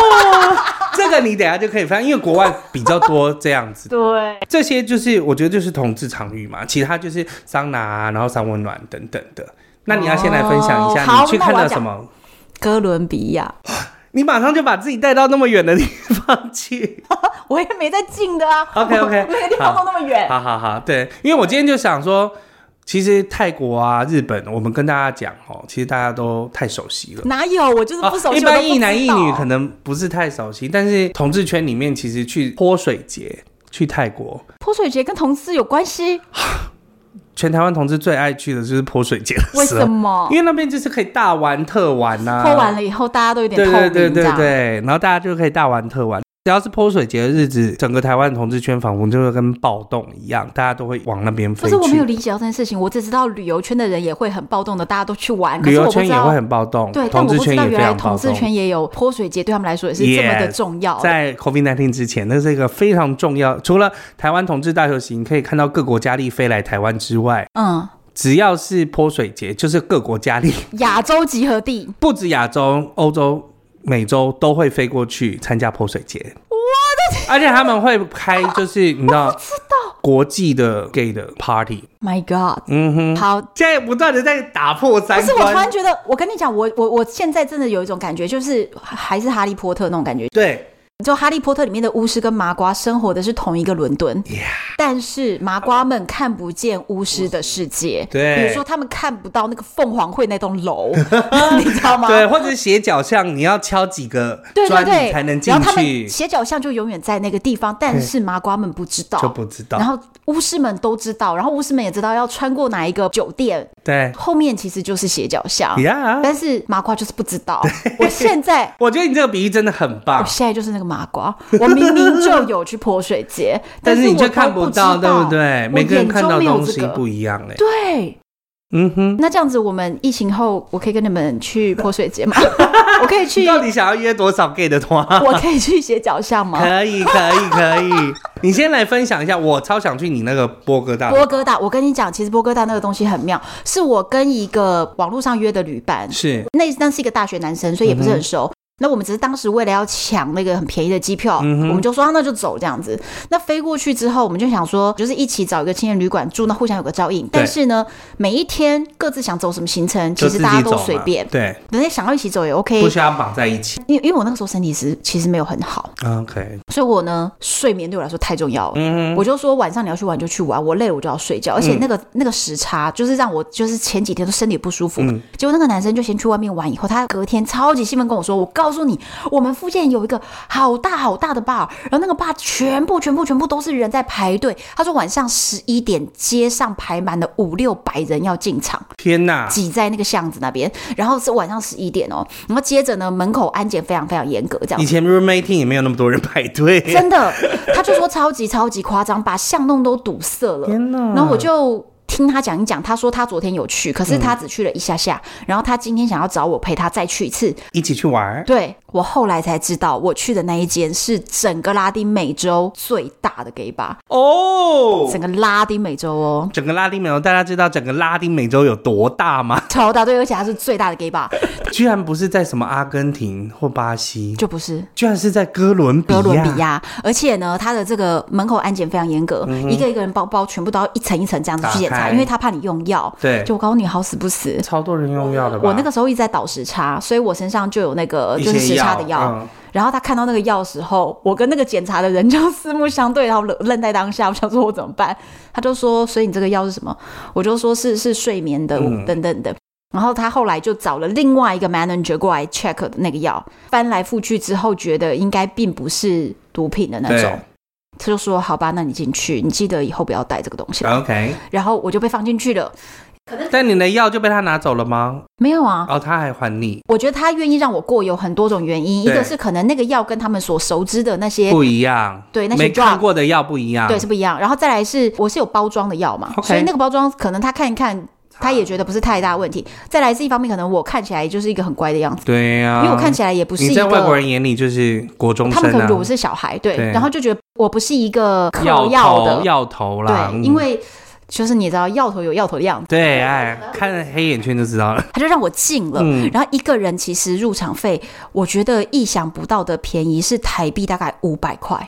Speaker 2: (laughs) 这个你等一下就可以翻，因为国外比较多这样子。 (laughs)
Speaker 1: 对，
Speaker 2: 这些就是我觉得就是同志场域嘛，其他就是桑拿、啊，然后三温暖等等的。那你要先来分享一下，
Speaker 1: 哦好
Speaker 2: 你去看
Speaker 1: 那我
Speaker 2: 到
Speaker 1: 要讲
Speaker 2: 什么？
Speaker 1: 哥伦比亚，
Speaker 2: 你马上就把自己带到那么远的地
Speaker 1: (laughs)
Speaker 2: 方去。
Speaker 1: 我也没在近的啊。
Speaker 2: OK，OK，
Speaker 1: (laughs) 我每个地方都那么远。
Speaker 2: 好好好，对，因为我今天就想说，其实泰国啊、日本，我们跟大家讲哦，其实大家都太熟悉了。
Speaker 1: 哪有？我就是 (laughs) 不熟悉。
Speaker 2: 哦
Speaker 1: 我都
Speaker 2: 啊一般
Speaker 1: 不
Speaker 2: 一男
Speaker 1: 知
Speaker 2: 一
Speaker 1: 道啊
Speaker 2: 女可能不是太熟悉，但是同志圈里面其实去泼水节去泰国，
Speaker 1: 泼水节跟同志有关系？
Speaker 2: 全台湾同志最爱去的就是泼水节
Speaker 1: 为
Speaker 2: 的时
Speaker 1: 什
Speaker 2: 候，
Speaker 1: 么
Speaker 2: 因？为那边就是可以大玩特玩呐、啊，
Speaker 1: 泼完了以后，大家都有点
Speaker 2: 对
Speaker 1: 透
Speaker 2: 对
Speaker 1: 明，
Speaker 2: 对对
Speaker 1: 这样
Speaker 2: 对，然后大家就可以大玩特玩。只要是泼水节的日子，整个台湾同志圈仿佛就会跟暴动一样，大家都会往那边
Speaker 1: 不
Speaker 2: 飞
Speaker 1: 是我没有
Speaker 2: 去。
Speaker 1: 理解到这件事情，我只知道旅游圈的人也会很暴动的，大家都去玩，可
Speaker 2: 旅
Speaker 1: 是我
Speaker 2: 游
Speaker 1: 不
Speaker 2: 圈
Speaker 1: 知
Speaker 2: 也
Speaker 1: 道
Speaker 2: 会。很暴动，
Speaker 1: 对，但
Speaker 2: 同
Speaker 1: 我
Speaker 2: 志
Speaker 1: 不知
Speaker 2: 圈
Speaker 1: 道
Speaker 2: 也非
Speaker 1: 原来
Speaker 2: 常
Speaker 1: 同
Speaker 2: 暴
Speaker 1: 志
Speaker 2: 动。
Speaker 1: 圈也有泼水节，对他们来说也是这么的
Speaker 2: Yes，
Speaker 1: 重要。
Speaker 2: 在 COVID 19之前，那是一个非常重要。除了台湾同志大游行可以看到各国佳丽飞来台湾之外，
Speaker 1: 嗯，
Speaker 2: 只要是泼水节，就是各国佳丽，
Speaker 1: 亚洲集合地，
Speaker 2: 不止亚洲、欧洲、美洲都会飞过去参加泼水节。我的，而且他们会开，就是你知道，知道国际的 gay 的 party。
Speaker 1: My God！
Speaker 2: 嗯哼，
Speaker 1: 好，
Speaker 2: 现在不断的在打破三
Speaker 1: 不是我突
Speaker 2: 观
Speaker 1: 然。觉得，我跟你讲，我我我现在真的有一种感觉，就是还是哈利波特那种感觉。
Speaker 2: 对，
Speaker 1: 就哈利波特里面的巫师跟麻瓜生活的是同一个伦敦
Speaker 2: Yeah
Speaker 1: 但是麻瓜们看不见巫师的世界。
Speaker 2: 对
Speaker 1: 比如说他们看不到那个凤凰会那栋
Speaker 2: (laughs)
Speaker 1: 楼， (laughs) 你知道吗？
Speaker 2: 对，或者是斜角巷，你要敲几个
Speaker 1: 对对
Speaker 2: 砖
Speaker 1: 对，
Speaker 2: 你才能进
Speaker 1: 然后他们
Speaker 2: 去，
Speaker 1: 斜角巷就永远在那个地方，但是麻瓜们不知道，
Speaker 2: 就不知道
Speaker 1: 然。后巫师们都知道，然后巫师们也知道要穿过哪一个酒店，
Speaker 2: 对
Speaker 1: 后面其实就是斜角巷。
Speaker 2: 呀
Speaker 1: 但是麻瓜就是不知道。我现
Speaker 2: (laughs)
Speaker 1: 在，
Speaker 2: 我觉得你这个比喻真的很
Speaker 1: 我
Speaker 2: 棒，
Speaker 1: 现在哦就是那个麻瓜，我明明就有去泼水节，
Speaker 2: (laughs) 但
Speaker 1: 是
Speaker 2: 你
Speaker 1: 我
Speaker 2: 就
Speaker 1: 都
Speaker 2: 看
Speaker 1: 不知
Speaker 2: 到，对不对？
Speaker 1: 我
Speaker 2: 每个人
Speaker 1: 眼
Speaker 2: 看
Speaker 1: 中
Speaker 2: 到
Speaker 1: 没有
Speaker 2: 东
Speaker 1: 这
Speaker 2: 西
Speaker 1: 个
Speaker 2: 不一样嘞。
Speaker 1: 对。
Speaker 2: 嗯哼，
Speaker 1: 那这样子，我们疫情后，我可以跟你们去泼水节吗？
Speaker 2: (laughs)
Speaker 1: 我可以去
Speaker 2: 你，到底想要约多少 gay 的团？
Speaker 1: (laughs) 我可以去斜角巷吗？
Speaker 2: 可以，可以，可以。你先来分享一下，我超想去你那个波哥大的。
Speaker 1: 波哥大，我跟你讲，其实波哥大那个东西很妙，是我跟一个网络上约的旅伴，
Speaker 2: 是，
Speaker 1: 那那是一个大学男生，所以也不是
Speaker 2: 嗯
Speaker 1: 很熟。那我们只是当时为了要抢那个很便宜的机票，
Speaker 2: 嗯
Speaker 1: 我们就说、啊那就走这样子。那飞过去之后，我们就想说，就是一起找一个青年旅馆住，那互相有个照应。但是呢，每一天各自想走什么行程，
Speaker 2: 就
Speaker 1: 其实
Speaker 2: 自己
Speaker 1: 大家
Speaker 2: 走
Speaker 1: 都
Speaker 2: 嘛
Speaker 1: 随便，
Speaker 2: 对，
Speaker 1: 人家想要一起走也 OK
Speaker 2: 不。需要绑在一起。
Speaker 1: 因为因为我那个时候身体是其实没有很好，
Speaker 2: OK，
Speaker 1: 所以我呢睡眠对我来说太重要了。
Speaker 2: 嗯哼，嗯
Speaker 1: 我就说晚上你要去玩就去玩，我累了我就要睡觉，而且那个、那个时差就是让我就是前几天都身体不舒服。
Speaker 2: 嗯
Speaker 1: 结果那个男生就先去外面玩，以后他隔天超级兴奋跟我说：“我告诉你，我们附近有一个好大好大的 bar，然后那个 bar 全部全部全部都是人在排队。”他说晚上十一点街上排满了五六百人要进场，
Speaker 2: 天哪，
Speaker 1: 挤在那个巷子那边，然后是晚上十一点哦，然后接着呢门口安检非常非常严格，这样子
Speaker 2: 以前 roommate 也没有那么多人排队。
Speaker 1: (laughs) 真的，他就说超级超级夸张，把巷弄都堵塞了。
Speaker 2: 天哪
Speaker 1: 然后我就听他讲一讲，他说他昨天有去，可是他只去了一下下，
Speaker 2: 嗯
Speaker 1: 然后他今天想要找我陪他再去一次。
Speaker 2: 一起去玩儿，
Speaker 1: 对我后来才知道，我去的那一间是整个拉丁美洲最大的 gay bar，
Speaker 2: 哦
Speaker 1: 整。个拉丁美洲哦。
Speaker 2: 整个拉丁美洲，大家知道整个拉丁美洲有多大吗？ (laughs)
Speaker 1: 超大对，而且它是最大的 gay bar，
Speaker 2: 居然不是在什么阿根廷或巴西，
Speaker 1: 就不是
Speaker 2: 居然是在哥伦比亚。
Speaker 1: 哥伦比亚，而且呢，它的这个门口安检非常严格，一个一个人包包全部都要一层一层这样子去检
Speaker 2: 嗯打
Speaker 1: 查，
Speaker 2: 开
Speaker 1: 因为他怕你用药。
Speaker 2: 对
Speaker 1: 就我告诉你，好死不死，
Speaker 2: 超多人用药的吧？
Speaker 1: 我那个时候一直在倒时差，所以我身上就有那个
Speaker 2: 一
Speaker 1: 就是
Speaker 2: 些
Speaker 1: 时差的
Speaker 2: 药
Speaker 1: 药。
Speaker 2: 嗯
Speaker 1: 然后他看到那个药的时候，我跟那个检查的人就四目相对，然后愣愣在当下。我想说我怎么办？他就说：“所以你这个药是什么？”我就说是是睡眠的、
Speaker 2: 嗯
Speaker 1: 等等的。然后他后来就找了另外一个 manager 过来 check 的那个药，翻来覆去之后，觉得应该并不是毒品的那种
Speaker 2: 对。
Speaker 1: 他就说：“好吧，那你进去，你记得以后不要带这个东西。
Speaker 2: ，OK。
Speaker 1: 然后我就被放进去了。
Speaker 2: 但你的药就被他拿走了吗？
Speaker 1: 没有啊，
Speaker 2: 哦，他还还你，
Speaker 1: 我觉得他愿意让我过有很多种原因，一
Speaker 2: 对
Speaker 1: 个是可能那个药跟他们所熟知的那些
Speaker 2: 不一样。
Speaker 1: 对那些
Speaker 2: 没
Speaker 1: drug
Speaker 2: 看过的药不一样。
Speaker 1: 对是不一样，然后再来是我是有包装的药嘛
Speaker 2: OK
Speaker 1: 所以那个包装可能他看一看，他也觉得不是太大问题。再来是一方面，可能我看起来就是一个很乖的样子，
Speaker 2: 对呀、
Speaker 1: 因为我看起来也不是一
Speaker 2: 嗯你在外国
Speaker 1: 个。
Speaker 2: 人眼里就是国中
Speaker 1: 他们
Speaker 2: 生
Speaker 1: 可能
Speaker 2: 啊
Speaker 1: 觉得，我是小孩，对，
Speaker 2: 对
Speaker 1: 然后就觉得我不是一个嗑
Speaker 2: 药
Speaker 1: 药
Speaker 2: 头
Speaker 1: 的，
Speaker 2: 药头啦，
Speaker 1: 对，
Speaker 2: 嗯
Speaker 1: 因为就是你知道药头有药头的样子，
Speaker 2: 对，哎，看了黑眼圈就知
Speaker 1: (laughs)
Speaker 2: 道了。
Speaker 1: 他就让我进了。 (laughs)
Speaker 2: 嗯
Speaker 1: 然后一个人其实入场费，我觉得意想不到的便宜，是台币大概五百块。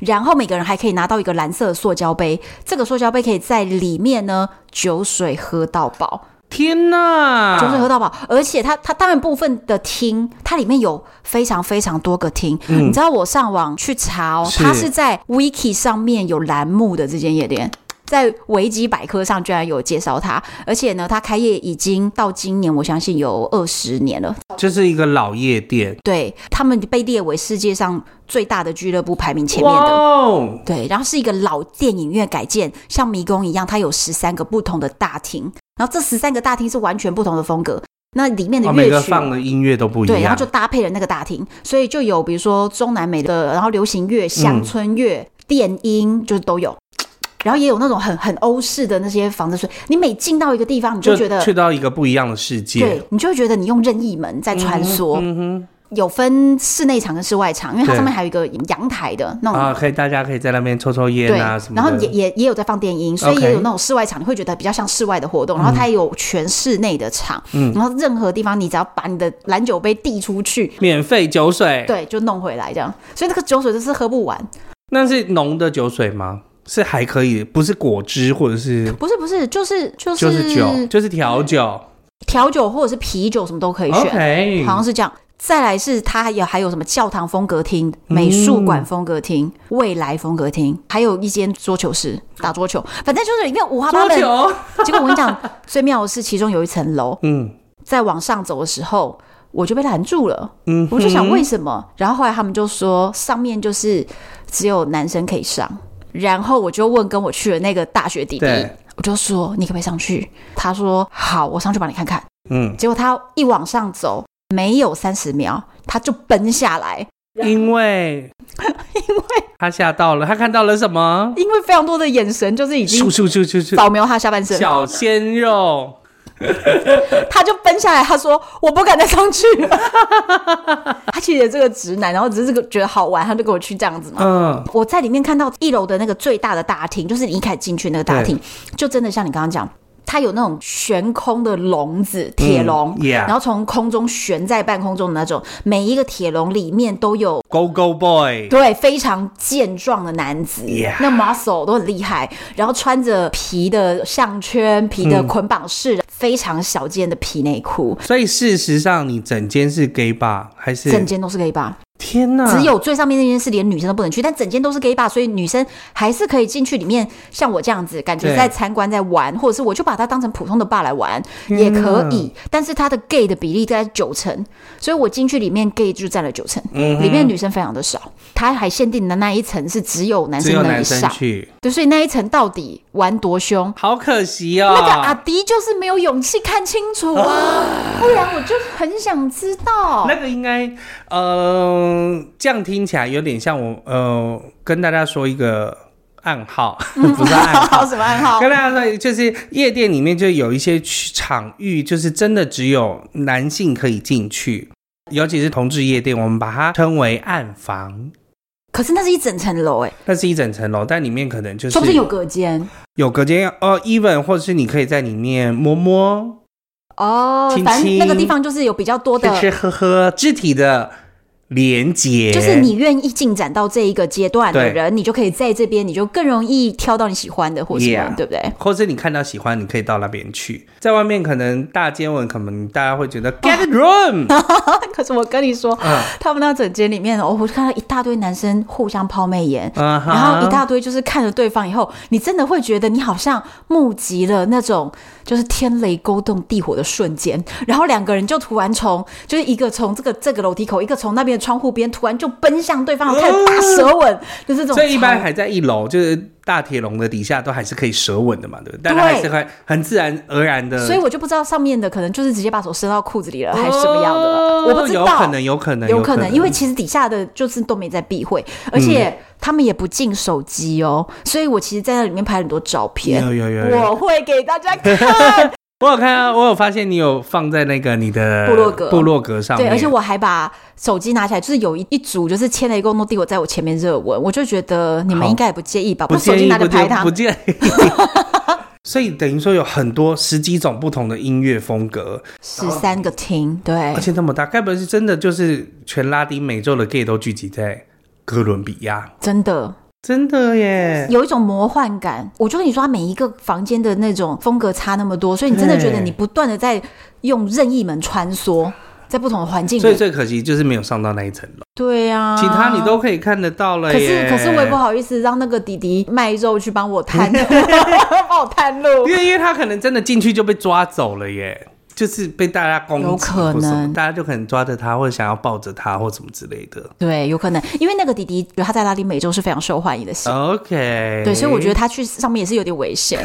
Speaker 1: 然后每个人还可以拿到一个蓝色的塑胶杯，这个塑胶杯可以在里面呢酒水喝到饱，
Speaker 2: 天哪！
Speaker 1: 就是喝到饱，而且它它当然部分的厅，它里面有非常非常多个厅。你知道我上网去查哦，
Speaker 2: 是
Speaker 1: 它是在 Wiki 上面有栏目的这间夜店。在维基百科上居然有介绍它，而且呢，它开业已经到今年，我相信有二十年了。
Speaker 2: 就是一个老夜店，
Speaker 1: 对他们被列为世界上最大的俱乐部排名前面
Speaker 2: 哇
Speaker 1: 的。
Speaker 2: 哦，
Speaker 1: 对，然后是一个老电影院改建，像迷宫一样，它有十三个不同的大厅，然后这十三个大厅是完全不同的风格，那里面的
Speaker 2: 哦
Speaker 1: 乐
Speaker 2: 每个
Speaker 1: 曲。
Speaker 2: 放的音乐都不一样，
Speaker 1: 对，然后就搭配了那个大厅，所以就有比如说中南美的，然后流行乐、乡村乐、电音，就是都有。然后也有那种很很欧式的那些房子，所以你每进到一个地方，你就觉得
Speaker 2: 去到一个不一样的世界，
Speaker 1: 对，你就会觉得你用任意门在穿梭。
Speaker 2: 嗯哼
Speaker 1: 有分室内场跟室外场，因为它
Speaker 2: 对
Speaker 1: 上面还有一个阳台的那种
Speaker 2: 啊，可以大家可以在那边抽抽烟
Speaker 1: 对，
Speaker 2: 啊什么的，
Speaker 1: 然后也也也有在放电音，所以
Speaker 2: OK 嗯
Speaker 1: 也有那种室外场，你会觉得比较像室外的活动。然后它也有全室内的场，然后任何地方你只要把你的蓝酒杯递出去，
Speaker 2: 免费酒水，
Speaker 1: 对，就弄回来这样。所以那个酒水就是喝不完，
Speaker 2: 那是浓的酒水吗？是还可以，不是果汁或者是
Speaker 1: 不是不是，就是就是
Speaker 2: 就是酒，就是调酒。
Speaker 1: 调酒或者是啤酒什么都可以选
Speaker 2: OK，
Speaker 1: 好像是这样。再来是它有还有什么教堂风格厅、
Speaker 2: 嗯
Speaker 1: 美术馆风格厅、未来风格厅，还有一间桌球室打桌球，反正就是里面五花八
Speaker 2: 桌
Speaker 1: 门。
Speaker 2: 球，
Speaker 1: (laughs) 结果我跟你讲，最妙的是其中有一层楼，
Speaker 2: 嗯
Speaker 1: 在往上走的时候，我就被拦住了。
Speaker 2: 嗯，
Speaker 1: 我就想为什么？然后后来他们就说上面就是只有男生可以上。然后我就问跟我去的那个大学弟弟
Speaker 2: 对，
Speaker 1: 我就说你可不可以上去？他说好，我上去帮你看看。
Speaker 2: 嗯，
Speaker 1: 结果他一往上走，没有三十秒，他就奔下来，
Speaker 2: 因为
Speaker 1: 因为
Speaker 2: 他吓到了，他看到了什么？
Speaker 1: 因为非常多的眼神就是已
Speaker 2: 咻
Speaker 1: 经
Speaker 2: 咻咻咻咻，
Speaker 1: 扫描他下半身，
Speaker 2: 小鲜肉，
Speaker 1: 他就奔下来，他说：“我不敢再上去了。” (laughs) 他其实也是个直男，然后只是个觉得好玩，他就跟我去这样子嘛。
Speaker 2: 嗯，
Speaker 1: 我在里面看到一楼的那个最大的大厅，就是你一开始进去那个大厅，就真的像你刚刚讲，它有那种悬空的笼子，铁笼。
Speaker 2: 嗯，Yeah，
Speaker 1: 然后从空中悬在半空中的那种，每一个铁笼里面都有
Speaker 2: Go Go Boy，
Speaker 1: 对非常健壮的男子
Speaker 2: Yeah
Speaker 1: 那 muscle 都很厉害，然后穿着皮的项圈、皮
Speaker 2: 嗯
Speaker 1: 的捆绑式、非常小件的皮内裤，
Speaker 2: 所以事实上你整间是 gay 吧？还是嗯
Speaker 1: 整间都是 gay bar，、
Speaker 2: 天哪？
Speaker 1: 只有最上面那间是连女生都不能去，但整间都是 gay bar，所以女生还是可以进去里面，像我这样子，感觉
Speaker 2: 对
Speaker 1: 是在参观在玩，或者是我就把它当成普通的 bar 来玩也
Speaker 2: 天哪
Speaker 1: 可以，但是它的 gay 的比例在九成，所以我进去里面 gay 就占了九成，
Speaker 2: 嗯
Speaker 1: 里面女生非常的少，它还限定的那一层是只有男
Speaker 2: 只
Speaker 1: 生
Speaker 2: 有
Speaker 1: 能以
Speaker 2: 男生
Speaker 1: 上，
Speaker 2: 去，
Speaker 1: 对，所以那一层到底玩多凶？
Speaker 2: 好可惜哦。
Speaker 1: 那个阿迪就是没有勇气看清楚啊，不然我就很想知道。
Speaker 2: 那个应该，呃，这样听起来有点像我，呃，跟大家说一个暗号，
Speaker 1: 嗯
Speaker 2: (laughs) 不是
Speaker 1: (laughs)
Speaker 2: 暗号。
Speaker 1: 什么暗号？
Speaker 2: 跟大家说，就是夜店里面就有一些区场域，就是真的只有男性可以进去，尤其是同志夜店，我们把它称为暗房。
Speaker 1: 可是那是一整层楼哎、
Speaker 2: 那是一整层楼，但里面可能就是
Speaker 1: 说不定有隔间
Speaker 2: 有隔间哦，even 或者是你可以在里面摸摸、
Speaker 1: 哦
Speaker 2: 亲亲
Speaker 1: 反正那个地方就是有比较多
Speaker 2: 吃
Speaker 1: 的，
Speaker 2: 吃喝喝，肢体的连接，
Speaker 1: 就是你愿意进展到这一个阶段的
Speaker 2: 对
Speaker 1: 人，你就可以在这边，你就更容易挑到你喜欢的或什么
Speaker 2: Yeah
Speaker 1: 对不对？
Speaker 2: 或是你看到喜欢，你可以到那边去。在外面可能大街吻，可能大家会觉得 get a
Speaker 1: (laughs)
Speaker 2: room，
Speaker 1: 可是我跟你说，
Speaker 2: 嗯
Speaker 1: 他们那整间里面，哦，我就看到一大堆男生互相抛媚眼。
Speaker 2: 嗯哼
Speaker 1: 然后一大堆就是看着对方以后，你真的会觉得你好像目击了那种就是天雷勾动地火的瞬间，然后两个人就突然从就是一个从这个这个楼梯口，一个从那边的窗户边，突然就奔向对方，开始大舌吻，就是这种超。
Speaker 2: 嗯所以一般还在一楼，就是大铁笼的底下都还是可以舌吻的嘛，对不对？大家还是会很自然而然的，
Speaker 1: 所以我就不知道上面的可能就是直接把手伸到裤子里了，还是什么样的，我不知道。
Speaker 2: 哦有可能，有可能，嗯
Speaker 1: 有
Speaker 2: 可
Speaker 1: 可能，因为其实底下的就是都没在避讳，而且他们也不进手机哦，所以我其实在那里面拍很多照片，
Speaker 2: 有有有有，
Speaker 1: 我会给大家看。
Speaker 2: 我有看啊到，我有发现你有放在那个你的
Speaker 1: 部落格
Speaker 2: 部落格上面，
Speaker 1: 对，而且我还把手机拿起来，就是有一一组就是千雷公诺帝我在我前面热吻，我就觉得你们
Speaker 2: 好
Speaker 1: 应该也不介意吧？
Speaker 2: 不
Speaker 1: 把手
Speaker 2: 建
Speaker 1: 机
Speaker 2: 议
Speaker 1: 拿着
Speaker 2: 不
Speaker 1: 拍
Speaker 2: 建
Speaker 1: 他
Speaker 2: 不，建议。 (laughs) 所以等于说有很多十几种不同的音乐风格，
Speaker 1: 十三个厅，对
Speaker 2: 而，且那么大，该不会是真的就是全拉丁美洲的 gay 都聚集在哥伦比亚？
Speaker 1: 真的。
Speaker 2: 真的耶，
Speaker 1: 有一种魔幻感。我就跟你说，它每一个房间的那种风格差那么多，所以你真的觉得
Speaker 2: 对
Speaker 1: 你不断的在用任意门穿梭，在不同的环境
Speaker 2: 所以
Speaker 1: 里。
Speaker 2: 最可惜就是没有上到那一层楼，
Speaker 1: 对啊，
Speaker 2: 其他哎你都可以看得到了
Speaker 1: 可
Speaker 2: 耶。
Speaker 1: 是可是我也不好意思让那个弟弟卖肉去帮我
Speaker 2: (laughs)
Speaker 1: 探，帮我探路
Speaker 2: 因。为因为他可能真的进去就被抓走了耶，就是被大家攻击，
Speaker 1: 有可能
Speaker 2: 或什么大家就可能抓着他，或者想要抱着他，或什么之类的。
Speaker 1: 对，有可能，因为那个弟弟他在拉丁美洲是非常受欢迎的戏，
Speaker 2: OK，
Speaker 1: 对，所以我觉得，他去上面也是有点危险。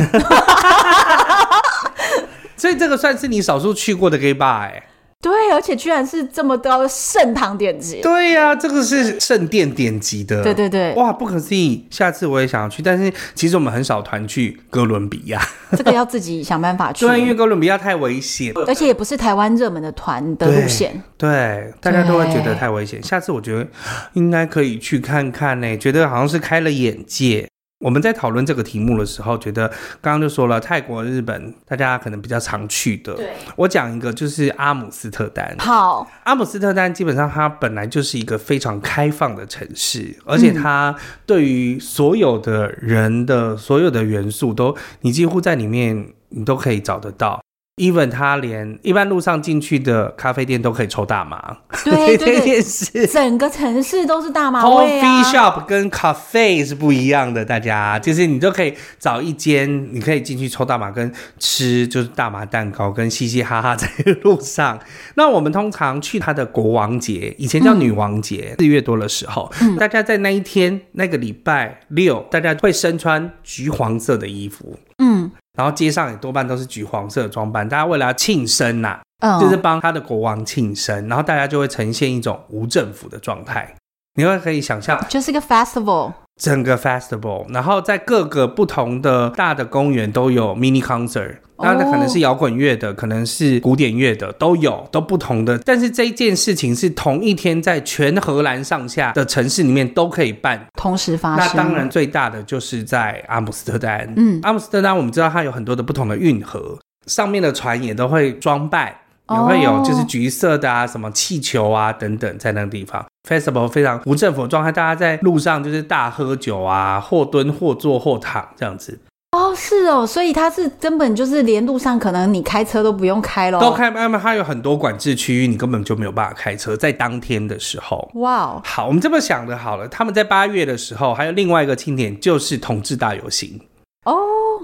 Speaker 1: (laughs)
Speaker 2: 所以这个算是你少数去过的 gay bar 哎。
Speaker 1: 对，而且居然是这么高盛唐典籍。
Speaker 2: 对呀、这个是圣殿典籍的。
Speaker 1: 对对对，
Speaker 2: 哇，不可思议！下次我也想要去，但是其实我们很少团去哥伦比亚，
Speaker 1: 这个要自己想办法去
Speaker 2: (laughs) 对，，因为哥伦比亚太危险，
Speaker 1: 而且也不是台湾热门的团的
Speaker 2: 对
Speaker 1: 路线。
Speaker 2: 对，大家都会觉得太危险。下次我觉得应该可以去看看呢、觉得好像是开了眼界。我们在讨论这个题目的时候，觉得刚刚就说了，泰国、日本大家可能比较常去的。
Speaker 1: 对，
Speaker 2: 我讲一个就是阿姆斯特丹，
Speaker 1: 好，
Speaker 2: 阿姆斯特丹基本上它本来就是一个非常开放的城市，而
Speaker 1: 嗯
Speaker 2: 且它对于所有的人的所有的元素都，你几乎在里面你都可以找得到。even 它连一般路上进去的咖啡店都可以抽大麻，
Speaker 1: 对
Speaker 2: 这
Speaker 1: 对对，
Speaker 2: (laughs) 件事。
Speaker 1: 整个城市都是大麻味
Speaker 2: Coffee
Speaker 1: 啊。
Speaker 2: shop 跟 cafe 是不一样的，大家就是你都可以找一间，你可以进去抽大麻跟吃，就是大麻蛋糕跟嘻嘻哈哈在路上。那我们通常去它的国王节，以前叫女王节，
Speaker 1: 嗯
Speaker 2: 四、月多的时候，大家在那一天那个礼拜六，大家会身穿橘黄色的衣服，
Speaker 1: 嗯
Speaker 2: 然后街上也多半都是橘黄色的装扮，大家为了要庆生呐、
Speaker 1: 嗯，
Speaker 2: 就是帮他的国王庆生，然后大家就会呈现一种无政府的状态。你会可以想象
Speaker 1: 就是一个 festival。
Speaker 2: 整个 festival，然后在各个不同的大的公园都有 mini concert。那那
Speaker 1: 哦
Speaker 2: 可能是摇滚乐的，可能是古典乐的，都有，都不同的。但是这一件事情是同一天在全荷兰上下的城市里面都可以办
Speaker 1: 同时发
Speaker 2: 那
Speaker 1: 生，
Speaker 2: 当然，最大的就是在阿姆斯特丹。
Speaker 1: 嗯
Speaker 2: 阿姆斯特丹我们知道它有很多的不同的运河，上面的船也都会装扮，也
Speaker 1: 哦
Speaker 2: 会有就是橘色的啊、什么气球啊等等，在那个地方。Festival 非常无政府的状态，大家在路上就是大喝酒啊，或蹲或坐或躺这样子，
Speaker 1: 哦，是哦，所以它是根本就是连路上可能你开车都不用开咯。
Speaker 2: 都开。那么它有很多管制区域，你根本就没有办法开车，在当天的时候。
Speaker 1: 哇哦，
Speaker 2: 好，我们这么想的，好了，他们在八月的时候还有另外一个庆典，就是同志大游行。
Speaker 1: 哦，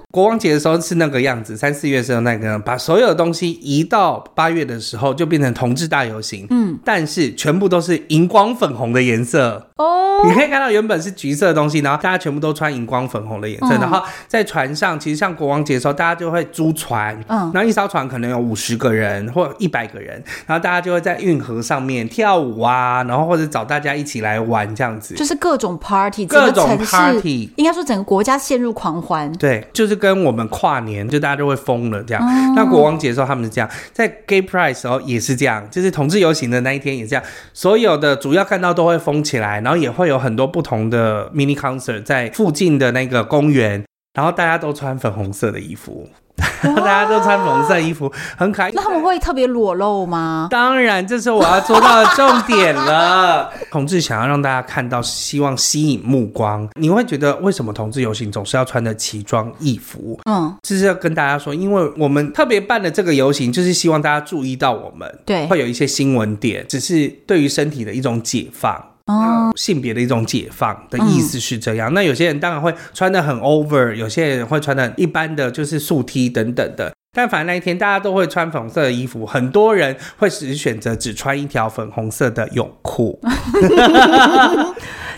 Speaker 2: 国王节的时候是那个样子，三四月的时候那个样，把所有的东西移到八月的时候就变成同志大游行，
Speaker 1: 嗯，
Speaker 2: 但是全部都是荧光粉红的颜色。
Speaker 1: 哦，
Speaker 2: 你可以看到原本是橘色的东西，然后大家全部都穿荧光粉红的颜色，
Speaker 1: 嗯
Speaker 2: 然后在船上，其实像国王节的时候，大家就会租船，
Speaker 1: 嗯
Speaker 2: 然后一艘船可能有五十个人或一百个人，然后大家就会在运河上面跳舞啊，然后或者找大家一起来玩这样子，
Speaker 1: 就是各种 party，
Speaker 2: 各种
Speaker 1: 整个城市
Speaker 2: party
Speaker 1: 应该说整个国家陷入狂欢。
Speaker 2: 对，就是跟我们跨年，就大家就会疯了这样。那国王节的时候他们是这样，在 Gay Pride 的时候也是这样，就是同志游行的那一天也这样，所有的主要干道都会封起来，然后也会有很多不同的 mini concert 在附近的那个公园，然后大家都穿粉红色的衣服， (laughs) 大家都穿粉红色的衣服，很可爱。
Speaker 1: 那他们会特别裸露吗？
Speaker 2: 当然，这是我要说到的重点了。 (laughs) 同志想要让大家看到，希望吸引目光。你会觉得为什么同志游行总是要穿的奇装异服？
Speaker 1: 嗯，
Speaker 2: 就是要跟大家说，因为我们特别办的这个游行，就是希望大家注意到我们，
Speaker 1: 对
Speaker 2: 会有一些新闻点，只是对于身体的一种解放。
Speaker 1: 哦，
Speaker 2: 性别的一种解放的意思是这样。那有些人当然会穿的很 over，有些人会穿的一般的，就是素 T 等等的。但凡那一天大家都会穿粉红色的衣服，很多人会只选择只穿一条粉红色的泳裤，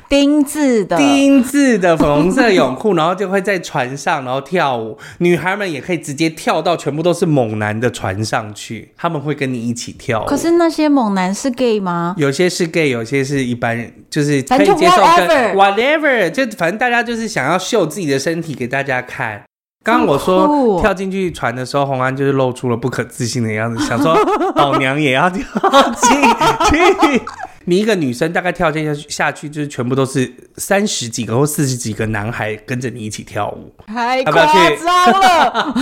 Speaker 1: 丁字的，
Speaker 2: 丁字的粉红色泳裤， (laughs) 然后就会在船上然后跳舞。女孩们也可以直接跳到全部都是猛男的船上去，他们会跟你一起跳舞。
Speaker 1: 可是那些猛男是 gay 吗？
Speaker 2: 有些是 gay，有些是一般人，就是
Speaker 1: 反
Speaker 2: 可以
Speaker 1: 正就
Speaker 2: 接受跟
Speaker 1: whatever
Speaker 2: whatever，就反正大家就是想要秀自己的身体给大家看。刚刚我
Speaker 1: 这么
Speaker 2: 说
Speaker 1: 酷
Speaker 2: 跳进去船的时候，红安就是
Speaker 1: (laughs)
Speaker 2: 露出了不可置信的样子，想说老娘也要跳进去。你一个女生大概跳下去下去，就是全部都是三十几个或四十几个男孩跟着你一起跳
Speaker 1: (laughs)
Speaker 2: 舞，
Speaker 1: 太
Speaker 2: 要不要
Speaker 1: 夸
Speaker 2: 去
Speaker 1: 张了。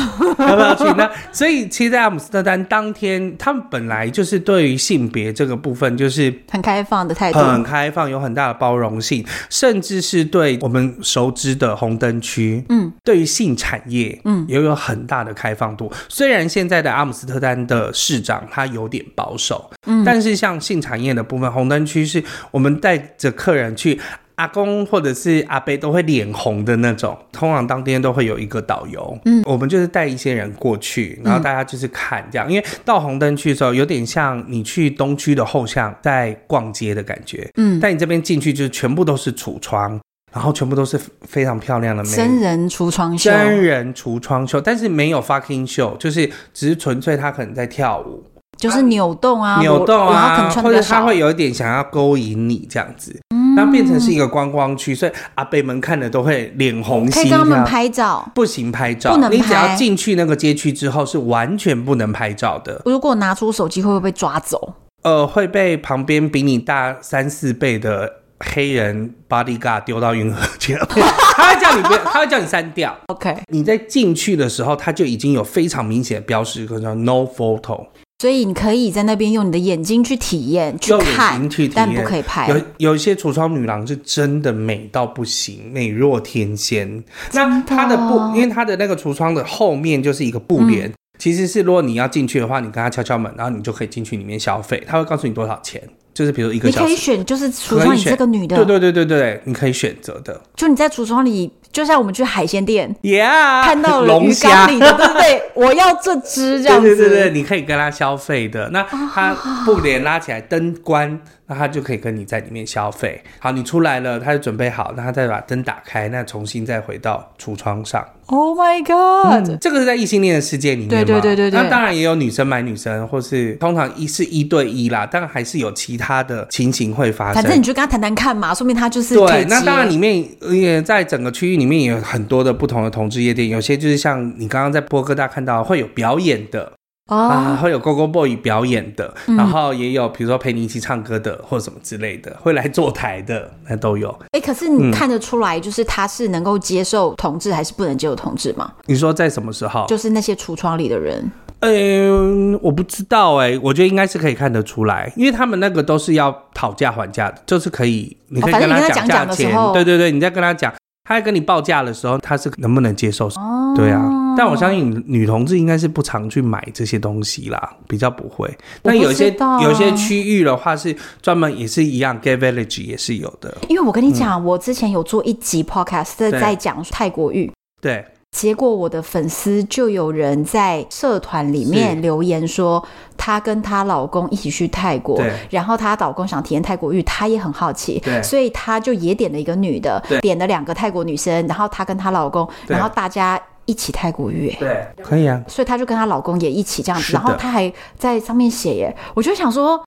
Speaker 2: 要不要去？那所以其实，在阿姆斯特丹当天，他们本来就是对于性别这个部分就是
Speaker 1: (laughs) 很开放的态度，
Speaker 2: 很开放，有很大的包容性，甚至是对我们熟知的红灯区，嗯，对于性产业，嗯，也有很大的开放度。虽然现在的阿姆斯特丹的市长他有点保守，嗯，但是像性产业的部分，红灯区是我们带着客人去。阿公或者是阿伯都会脸红的那种，通常当天都会有一个导游，嗯，我们就是带一些人过去，然后大家就是看
Speaker 1: 嗯
Speaker 2: 这样，因为到红灯区的时候，有点像你去东区的后巷在逛街的感觉，嗯，但你这边进去就是全部都是橱窗，然后全部都是非常漂亮的美
Speaker 1: 真人橱窗秀，
Speaker 2: 真人橱窗秀，但是没有 fucking 秀，就是只是纯粹他可能在跳舞，
Speaker 1: 就是扭动啊，
Speaker 2: 扭动
Speaker 1: 然后可
Speaker 2: 啊，
Speaker 1: 能穿
Speaker 2: 或
Speaker 1: 的比
Speaker 2: 者
Speaker 1: 较
Speaker 2: 他
Speaker 1: 少。嗯
Speaker 2: 会有一点想要勾引你这样子，那变成是一个观光区，所以阿伯们看了都会脸红
Speaker 1: 可
Speaker 2: 心
Speaker 1: 以跟他们
Speaker 2: 跳。
Speaker 1: 拍照。
Speaker 2: 不行拍照，
Speaker 1: 不能
Speaker 2: 你只
Speaker 1: 拍
Speaker 2: 要进去那个街区之后是完全不能拍照的，
Speaker 1: 如果拿出手机，会不会被抓走？
Speaker 2: 呃，会被旁边比你大三四倍的黑人 bodyguard 丢到运河去了， (laughs) 他会叫你不要，他会叫你删掉。
Speaker 1: OK，
Speaker 2: 你在进去的时候，他就已经有非常明显的标识，可能叫 no photo，
Speaker 1: 所以你可以在那边用你的眼睛去体验、去
Speaker 2: 用眼
Speaker 1: 看
Speaker 2: 睛，去体
Speaker 1: 但不
Speaker 2: 验。
Speaker 1: 可以拍。
Speaker 2: 有有一些橱窗女郎是真的美到不行，美若天仙。
Speaker 1: 哦
Speaker 2: 那她的布，因为她的那个橱窗的后面就是一个布
Speaker 1: 嗯
Speaker 2: 帘，其实是如果你要进去的话，你跟她敲敲门，然后你就可以进去里面消费，她会告诉你多少钱，就是比如一个
Speaker 1: 你
Speaker 2: 小
Speaker 1: 可以
Speaker 2: 时。
Speaker 1: 选，就是橱窗
Speaker 2: 可以
Speaker 1: 里
Speaker 2: 选
Speaker 1: 这个女的，
Speaker 2: 对对对对对，你可以选择的
Speaker 1: 就你在橱窗里，就像我们去海鲜店
Speaker 2: ，Yeah，
Speaker 1: 看到了
Speaker 2: 啊龙
Speaker 1: 鱼
Speaker 2: 虾
Speaker 1: 缸，里的，对不
Speaker 2: (laughs)
Speaker 1: 对？我要这只这
Speaker 2: 对
Speaker 1: 样子。
Speaker 2: 对对对，你可以跟他消费的。那哦他布帘拉起来，灯关，那他就可以跟你在里面消费。好，你出来了，他就准备好，那他再把灯打开，那重新再回到橱窗上。
Speaker 1: Oh my god！、
Speaker 2: 这个是在异性恋的世界里面嘛，
Speaker 1: 对对对对对
Speaker 2: 那当然也有女生买女生，或是通常一是一对一啦，但还是有其他的情形会发
Speaker 1: 反正你
Speaker 2: 生。
Speaker 1: 就跟他谈谈看嘛，说明他就是
Speaker 2: 对，
Speaker 1: 可
Speaker 2: 那
Speaker 1: 及
Speaker 2: 当然里面也在整个区域里面也有很多的不同的同志夜店，有些就是像你刚刚在波哥大看到会有表演的，啊，
Speaker 1: 哦，
Speaker 2: 会有 Go Go Boy 表演的，然后也有比如说陪你一起唱歌的，或者什么之类的，会来坐台的，那都有。
Speaker 1: 哎、可是
Speaker 2: 嗯
Speaker 1: 你看得出来，就是他是能够接受同志还是不能接受同志吗？
Speaker 2: 你说在什么时候？
Speaker 1: 就是那些橱窗里的人，
Speaker 2: 嗯，我不知道哎、我觉得应该是可以看得出来，因为他们那个都是要讨价还价的，就是可以，你可
Speaker 1: 哦
Speaker 2: 以
Speaker 1: 反正
Speaker 2: 跟
Speaker 1: 你跟他讲
Speaker 2: 讲价
Speaker 1: 讲的时
Speaker 2: 钱，
Speaker 1: 候
Speaker 2: 对对对，你在跟他讲，他在跟你报价的时候，他是能不能接受？
Speaker 1: 哦
Speaker 2: 对啊，但我相信女同志应该是不常去买这些东西啦，比较不会。
Speaker 1: 我
Speaker 2: 那
Speaker 1: 不
Speaker 2: 有一些
Speaker 1: 知道啊
Speaker 2: 有一些区域的话是专门也是一样，gay village 也是有的。
Speaker 1: 因为我跟你讲，我之前有做一集 podcast 在
Speaker 2: 嗯对
Speaker 1: 在讲泰国浴，
Speaker 2: 对，
Speaker 1: 结果我的粉丝就有人在社团里面
Speaker 2: 是
Speaker 1: 留言说，她跟她老公一起去泰国
Speaker 2: 对，
Speaker 1: 然后她老公想体验泰国浴，她也很好奇，
Speaker 2: 对
Speaker 1: 所以她就也点了一个女的，
Speaker 2: 对
Speaker 1: 点了两个泰国女生，然后她跟她老公，
Speaker 2: 对
Speaker 1: 然后大家一起泰国浴。哎
Speaker 2: 对，可以啊。
Speaker 1: 所以她就跟她老公也一起这样子，
Speaker 2: 是的
Speaker 1: 然后她还在上面写耶，我就想说，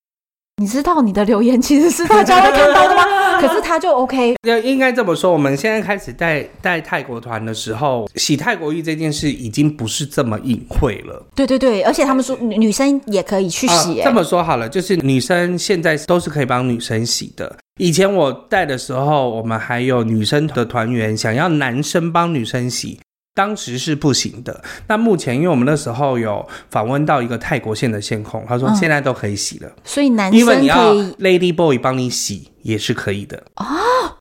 Speaker 1: 你知道你的留言其实是大家会看到的
Speaker 2: (laughs)
Speaker 1: 吗？可是她就 OK，
Speaker 2: 要应该这么说，我们现在开始带带泰国团的时候，洗泰国浴这件事已经不是这么隐晦了。
Speaker 1: 对对对，而且他们说女女生也可以去洗耶、欸
Speaker 2: 啊这么说好了，就是女生现在都是可以帮女生洗的。以前我带的时候，我们还有女生的团员想要男生帮女生洗。当时是不行的。那目前，因为我们那时候有访问到一个泰国县的县控，他说现在都可以洗了，
Speaker 1: 所以男
Speaker 2: 因为
Speaker 1: 生
Speaker 2: 你要
Speaker 1: 可以
Speaker 2: Lady Boy 帮你洗也是可以的。
Speaker 1: 哦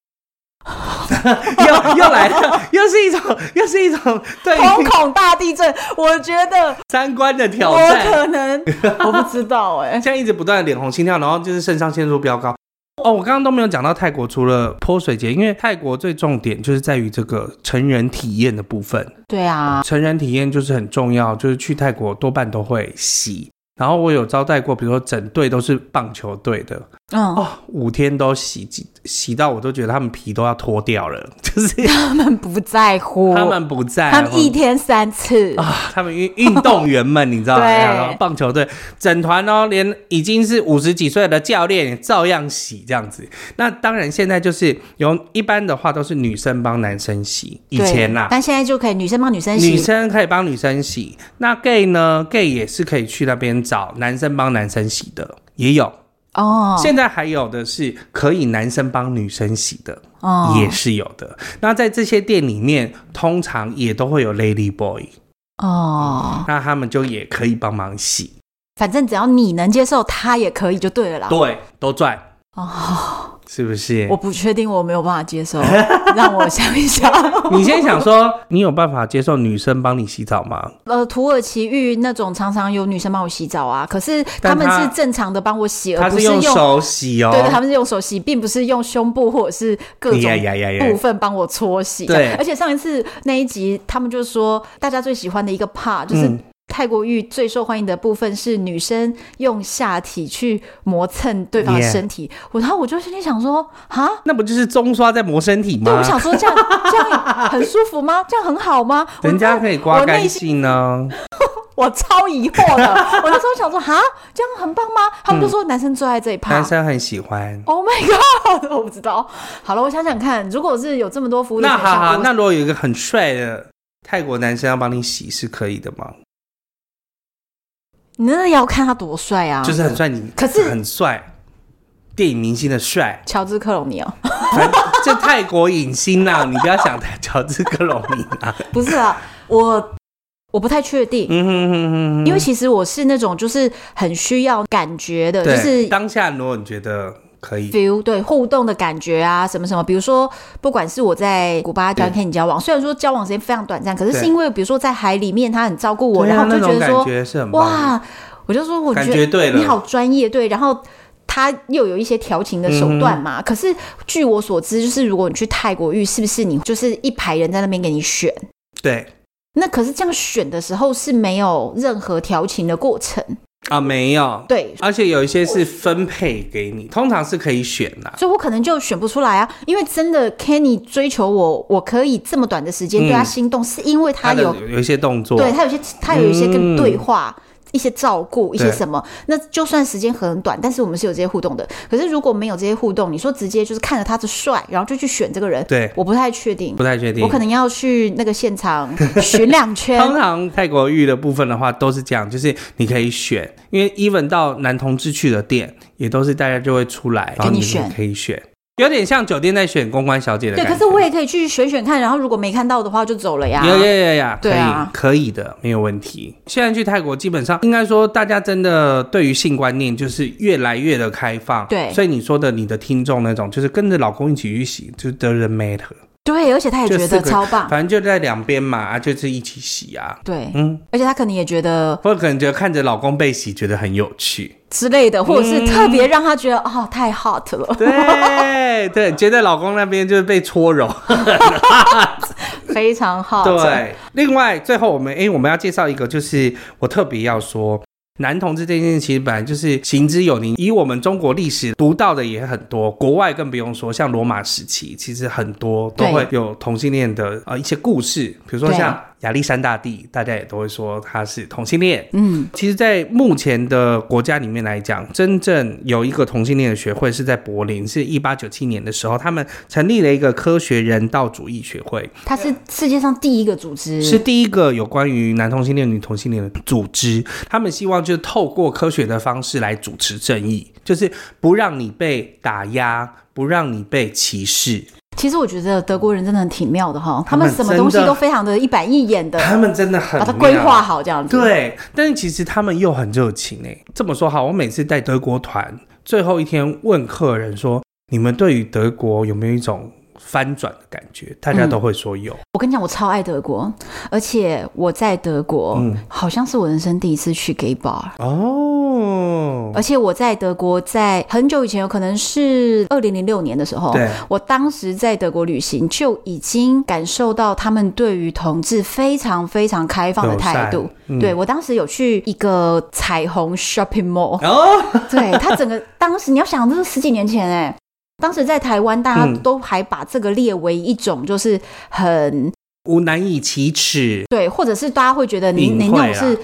Speaker 2: (laughs) 又又来了，又是一种，又是一种
Speaker 1: (laughs)
Speaker 2: 对
Speaker 1: 瞳
Speaker 2: 于
Speaker 1: 孔大地震，我觉得
Speaker 2: 三观的挑
Speaker 1: 我
Speaker 2: 战。
Speaker 1: 可能我不知道哎、
Speaker 2: 现在一直不断的脸红心跳，然后就是肾上腺素飙高。哦，我刚刚都没有讲到泰国，除了泼水节，因为泰国最重点就是在于这个成人体验的部分。
Speaker 1: 对啊，
Speaker 2: 成人体验就是很重要，就是去泰国多半都会洗。然后我有招待过，比如说整队都是棒球队的，
Speaker 1: 嗯，
Speaker 2: 哦，五天都洗洗到我都觉得他们皮都要脱掉了， (laughs) 就是
Speaker 1: (laughs) 他们不在乎，
Speaker 2: 他们不在，
Speaker 1: 他们一天三次，
Speaker 2: 啊，他们运运动员们，你知
Speaker 1: (laughs)
Speaker 2: 道吗？哎
Speaker 1: 对
Speaker 2: 然后棒球队整团哦，连已经是五十几岁的教练也照样洗这样子。那当然，现在就是有一般的话都是女生帮男生洗，以
Speaker 1: 对
Speaker 2: 前啦、啊
Speaker 1: 但现在就可以女生帮女生洗，
Speaker 2: 女生可以帮女生洗，那 gay 呢？gay 也是可以去那边找男生帮男生洗的，也有。
Speaker 1: 哦
Speaker 2: 现在还有的是可以男生帮女生洗的，
Speaker 1: 哦
Speaker 2: 也是有的。那在这些店里面，通常也都会有 lady boy，
Speaker 1: 哦，
Speaker 2: 那他们就也可以帮忙洗，
Speaker 1: 反正只要你能接受，他也可以就对了啦。
Speaker 2: 对，都赚，
Speaker 1: 哦，
Speaker 2: 是不是
Speaker 1: 我？不确定，我没有办法接受， (laughs) 让我想一想。
Speaker 2: (laughs) 你先想说，你有办法接受女生帮你洗澡吗？
Speaker 1: (laughs) 呃，土耳其浴那种常常有女生帮我洗澡啊，可是他
Speaker 2: 但
Speaker 1: 们
Speaker 2: 他
Speaker 1: 是正常的帮我洗，而
Speaker 2: 他
Speaker 1: 不
Speaker 2: 是
Speaker 1: 用
Speaker 2: 用。手洗哦，哎
Speaker 1: 对对，他们是用手洗，并不是用胸部或者是各种
Speaker 2: 呀呀呀呀
Speaker 1: 部分帮我搓洗。
Speaker 2: 对
Speaker 1: 而且上一次那一集，他们就说大家最喜欢的一个 part 就是
Speaker 2: 嗯
Speaker 1: 泰国浴最受欢迎的部分是女生用下体去磨蹭对方的
Speaker 2: Yeah
Speaker 1: 身体。我然后我就心里想说，啊，
Speaker 2: 那不就是中刷在磨身体
Speaker 1: 对，
Speaker 2: 吗
Speaker 1: 我？想说这样这样很舒服吗？这样很好吗？我
Speaker 2: (laughs) 人家可以刮
Speaker 1: 我
Speaker 2: 干
Speaker 1: 内心
Speaker 2: 净哦呢。
Speaker 1: 我超疑惑的。我那时候想说，哈，这样很棒吗？他们就说男生最爱这一趴。
Speaker 2: 男生很喜欢。
Speaker 1: Oh my (laughs) god！我不知道。好了，我想想看，如果是有这么多服务的
Speaker 2: 那
Speaker 1: 选项，
Speaker 2: 好好，
Speaker 1: 我
Speaker 2: 那如果有一个很帅的泰国男生要帮你洗，是可以的吗？
Speaker 1: 你真的要看他多帅啊！
Speaker 2: 就是很帅，你
Speaker 1: 可是，
Speaker 2: 很帅，电影明星的帅
Speaker 1: 乔治克隆尼哦， (laughs)
Speaker 2: 反正这泰国影星呐、 (laughs) 你不要想太乔治克隆尼啊。
Speaker 1: 不是啊，我我不太确定。
Speaker 2: 嗯哼哼哼哼，
Speaker 1: 因为其实我是那种就是很需要感觉的，就
Speaker 2: 对
Speaker 1: 是
Speaker 2: 当下如果你觉得可以，
Speaker 1: feel 对互动的感觉啊，什么什么，比如说，不管是我在古巴跟 Ken 交往，虽然说交往时间非常短暂，可是
Speaker 2: 对
Speaker 1: 是因为比如说在海里面，他很照顾我，
Speaker 2: 对啊
Speaker 1: 然后我就
Speaker 2: 那
Speaker 1: 觉得
Speaker 2: 种感
Speaker 1: 说，
Speaker 2: 觉是很棒的。
Speaker 1: 哇，我就说我
Speaker 2: 感
Speaker 1: 觉
Speaker 2: 觉对了
Speaker 1: 你好专业，对，然后。他又有一些调情的手段
Speaker 2: 嗯
Speaker 1: 嘛，可是据我所知，就是如果你去泰国浴，是不是你就是一排人在那边给你选？
Speaker 2: 对
Speaker 1: 那可是这样选的时候是没有任何调情的过程，
Speaker 2: 啊，没有，
Speaker 1: 对，
Speaker 2: 而且有一些是分配给你，通常是可以选啊啦。
Speaker 1: 所以我可能就选不出来啊，因为真的 Kenny 追求我，我可以这么短的时间对
Speaker 2: 嗯
Speaker 1: 他心动，是因为他
Speaker 2: 的
Speaker 1: 有
Speaker 2: 有一些动作，
Speaker 1: 对他有一些他有一些跟
Speaker 2: 嗯
Speaker 1: 对话。一些照顾，一些
Speaker 2: 对
Speaker 1: 什么，那就算时间很短，但是我们是有这些互动的。可是如果没有这些互动，你说直接就是看着他的帅，然后就去选这个人，
Speaker 2: 对
Speaker 1: 我不太确定，
Speaker 2: 不太确定。
Speaker 1: 我可能要去那个现场巡两圈。
Speaker 2: (laughs) 通常泰国浴的部分的话都是这样，就是你可以选，因为 even 到男同志去的店，也都是大家就会出来，然后
Speaker 1: 你
Speaker 2: 你
Speaker 1: 选
Speaker 2: 可以选，有点像酒店在选公关小姐的
Speaker 1: 对，
Speaker 2: 感觉。
Speaker 1: 可是我也可以去选选看，然后如果没看到的话就走了呀。
Speaker 2: 有有有有，
Speaker 1: 对啊
Speaker 2: 可以可以的，没有问题。现在去泰国，基本上应该说，大家真的对于性观念就是越来越的开放。
Speaker 1: 对
Speaker 2: 所以你说的你的听众那种，就是跟着老公一起去洗，就 doesn't matter，
Speaker 1: 对，而且他也
Speaker 2: 就
Speaker 1: 哎觉
Speaker 2: 四
Speaker 1: 得
Speaker 2: 个
Speaker 1: 超棒，
Speaker 2: 反正就在两边嘛，啊就是一起洗啊。
Speaker 1: 对，
Speaker 2: 嗯，
Speaker 1: 而且他可能也觉得
Speaker 2: 或者可能觉得看着老公被洗，觉得很有趣。
Speaker 1: (laughs) 之类的，或者是特别让他觉得、哦太 hot 了，
Speaker 2: 嗯对对，觉得老公那边就是被搓揉。
Speaker 1: (laughs) 非常 hot。，
Speaker 2: 对，另外最后我们诶，我们要介绍一个，就是我特别要说。男同志这件事其实本来就是行之有年，以我们中国历史读到的也很多，国外更不用说，像罗马时期，其实很多都
Speaker 1: 对
Speaker 2: 会有同性恋的呃一些故事，比如说
Speaker 1: 对
Speaker 2: 像亚历山大帝，大家也都会说他是同性恋，
Speaker 1: 嗯，
Speaker 2: 其实，在目前的国家里面来讲，真正有一个同性恋的学会是在柏林，是一八九七年的时候，他们成立了一个科学人道主义学会，
Speaker 1: 他是世界上第一个组织，
Speaker 2: 是第一个有关于男同性恋、女同性恋的组织。他们希望就是透过科学的方式来主持正义，就是不让你被打压，不让你被歧视。
Speaker 1: 其实我觉得德国人真的很挺妙的哈，他
Speaker 2: 他
Speaker 1: 们
Speaker 2: 们
Speaker 1: 什么东西
Speaker 2: 真的
Speaker 1: 都非常的一板一眼的，
Speaker 2: 他们真的很
Speaker 1: 把它
Speaker 2: 妙
Speaker 1: 规划好这样子。，
Speaker 2: 对，但是其实他们又很热情诶。这么说好，我每次带德国团最后一天问客人说：“你们对于德国有没有一种翻转的感觉？”大家都会说有。
Speaker 1: 我跟你讲，我超爱德国，而且我在德国、
Speaker 2: 嗯
Speaker 1: 好像是我人生第一次去 gay bar。
Speaker 2: 哦，
Speaker 1: 而且我在德国，在很久以前，有可能是二零零六年的时候，
Speaker 2: 对
Speaker 1: 我当时在德国旅行，就已经感受到他们对于同志非常非常开放的态度
Speaker 2: 友。嗯
Speaker 1: 对我当时有去一个彩虹 shopping mall，
Speaker 2: 哦，
Speaker 1: (laughs) 对它整个当时你要想，这是十几年前哎、当时在台湾，大家
Speaker 2: 嗯
Speaker 1: 都还把这个列为一种就是很
Speaker 2: 无难以启齿。
Speaker 1: 对，或者是大家会觉得你你
Speaker 2: 隐
Speaker 1: 那
Speaker 2: 晦啊
Speaker 1: 种
Speaker 2: 啦
Speaker 1: 是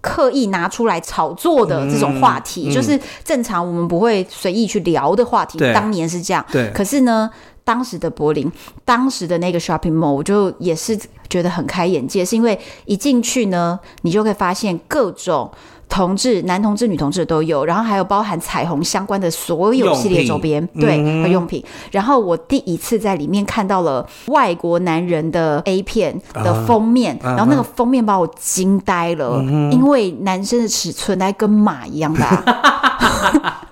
Speaker 1: 刻意拿出来炒作的这种话题，
Speaker 2: 嗯嗯
Speaker 1: 就是正常我们不会随意去聊的话题。
Speaker 2: 对
Speaker 1: 当年是这样，
Speaker 2: 对
Speaker 1: 可是呢，当时的柏林，当时的那个 shopping mall，我就也是觉得很开眼界，是因为一进去呢，你就会发现各种。同志、男同志、女同志都有，然后还有包含彩虹相关的所有系列周边，
Speaker 2: 用品
Speaker 1: 对
Speaker 2: 嗯
Speaker 1: 和用品。然后我第一次在里面看到了外国男人的 A 片的封面，
Speaker 2: 啊嗯
Speaker 1: 然后那个封面把我惊呆了，因为男生的尺寸大概跟马一样
Speaker 2: (laughs)
Speaker 1: 大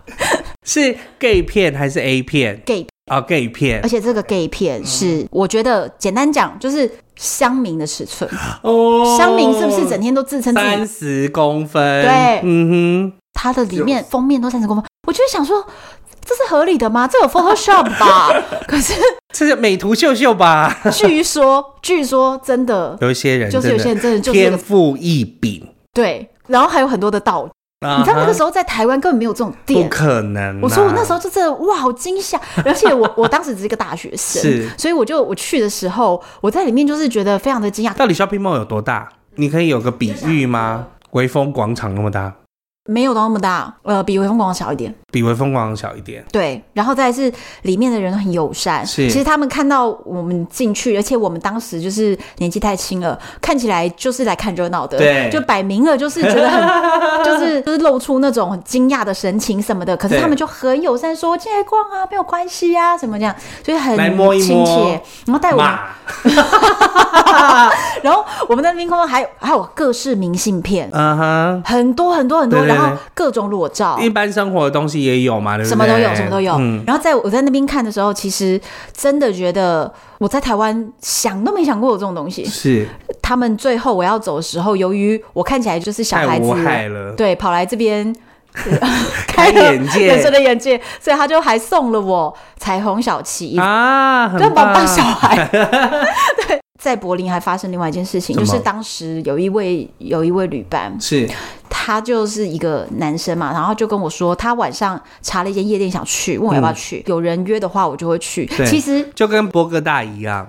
Speaker 2: 是 gay 片还是 A 片？
Speaker 1: ，gay，
Speaker 2: 啊、g a y 片
Speaker 1: 而且这个 gay 片
Speaker 2: 嗯
Speaker 1: 是我觉得简单讲就是乡民的尺寸，
Speaker 2: 哦
Speaker 1: 乡民是不是整天都自称自己
Speaker 2: 三十公分？
Speaker 1: 对
Speaker 2: 嗯哼，
Speaker 1: 它的里面封面都三十公分，我就会想说这是合理的吗？这有 Photoshop
Speaker 2: (laughs)
Speaker 1: 吧？可是
Speaker 2: 这是美图秀秀吧？
Speaker 1: 据说，据说真的
Speaker 2: 有一些人
Speaker 1: 就是有些
Speaker 2: 真的
Speaker 1: 人真的就是
Speaker 2: 天
Speaker 1: 个
Speaker 2: 赋异禀，
Speaker 1: 对，然后还有很多的道具。
Speaker 2: 你
Speaker 1: 你知道那个时候在台湾根本没有这种
Speaker 2: 啊不
Speaker 1: 店。
Speaker 2: 可能啊、
Speaker 1: 我说我那时候就真的哇，好惊吓！而且我我当时只是一个大学生，
Speaker 2: 是
Speaker 1: 所以我就我去的时候，我在里面就是觉得非常的惊讶，
Speaker 2: 到底 shopping mall 有多大？你可以有个比
Speaker 1: 啊
Speaker 2: 喻吗？微风广场那么大，
Speaker 1: 没有到那么大，呃，比微风广场小一点。
Speaker 2: 比微风广场小一点。
Speaker 1: 对，然后再来是里面的人很友善，
Speaker 2: 是
Speaker 1: 其实他们看到我们进去，而且我们当时就是年纪太轻了，看起来就是来看热闹的，
Speaker 2: 对
Speaker 1: 就摆明了就是觉得
Speaker 2: (laughs)
Speaker 1: 很，就是就是露出那种很惊讶的神情什么的，可是
Speaker 2: 对
Speaker 1: 他们就很友善说进来逛啊，没有关系啊，什么这样，所以很
Speaker 2: 来摸一
Speaker 1: 亲
Speaker 2: 摸
Speaker 1: 切，然后带我们，
Speaker 2: 骂
Speaker 1: 然后我们那边空中还有还有各式明信片，
Speaker 2: 嗯哼，
Speaker 1: 很多很多很多，
Speaker 2: 对对
Speaker 1: 然后
Speaker 2: 对
Speaker 1: 各种裸照，
Speaker 2: 一般生活的东西也有嘛，对不对？
Speaker 1: 什么都有，什么都有。
Speaker 2: 嗯，
Speaker 1: 然后在我在那边看的时候，其实真的觉得我在台湾想都没想过有这种东西。
Speaker 2: 是
Speaker 1: 他们最后我要走的时候，由于我看起来就是小
Speaker 2: 太
Speaker 1: 孩子
Speaker 2: 无，害了。
Speaker 1: 对，跑来这
Speaker 2: (laughs)
Speaker 1: 边。
Speaker 2: 开
Speaker 1: 了
Speaker 2: 眼界
Speaker 1: 人生的眼界，所以他就还送了我彩虹小旗，
Speaker 2: 啊，很
Speaker 1: 就把我
Speaker 2: 棒
Speaker 1: 当小
Speaker 2: (laughs)
Speaker 1: 孩。对，在柏林还发生另外一件事情，
Speaker 2: 什
Speaker 1: 就
Speaker 2: 么
Speaker 1: 是当时有一位有一位旅伴，
Speaker 2: 是
Speaker 1: 他就是一个男生嘛，然后就跟我说，他晚上查了一间夜店想去，问我要不要去，有人约的话我就会去。
Speaker 2: 嗯对
Speaker 1: 其实
Speaker 2: 就跟波哥大一样，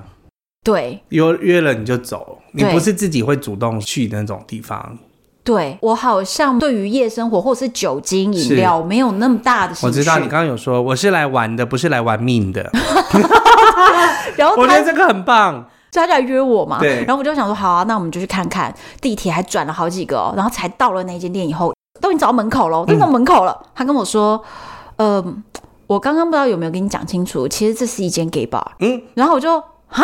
Speaker 1: 对
Speaker 2: 约约了你就走，你
Speaker 1: 对
Speaker 2: 不是自己会主动去那种地方。
Speaker 1: 对，我好像对于夜生活或是酒精饮料没有那么大的兴
Speaker 2: 我
Speaker 1: 趣。
Speaker 2: 知道你刚刚有说我是来玩的，不是来玩
Speaker 1: (laughs)
Speaker 2: 命的，
Speaker 1: 然后
Speaker 2: 我觉
Speaker 1: 他
Speaker 2: 得这个很棒。
Speaker 1: 就他就来约我嘛，
Speaker 2: 对
Speaker 1: 然后我就想说好啊，那我们就去看看。地铁还转了好几个、哦，然后才到了那间店以后，都已经找到门口
Speaker 2: 嗯
Speaker 1: 了，都已经到门口了。他跟我说，呃，我刚刚不知道有没有跟你讲清楚，其实这是一间 gay bar。
Speaker 2: 嗯，
Speaker 1: 然后我就哈，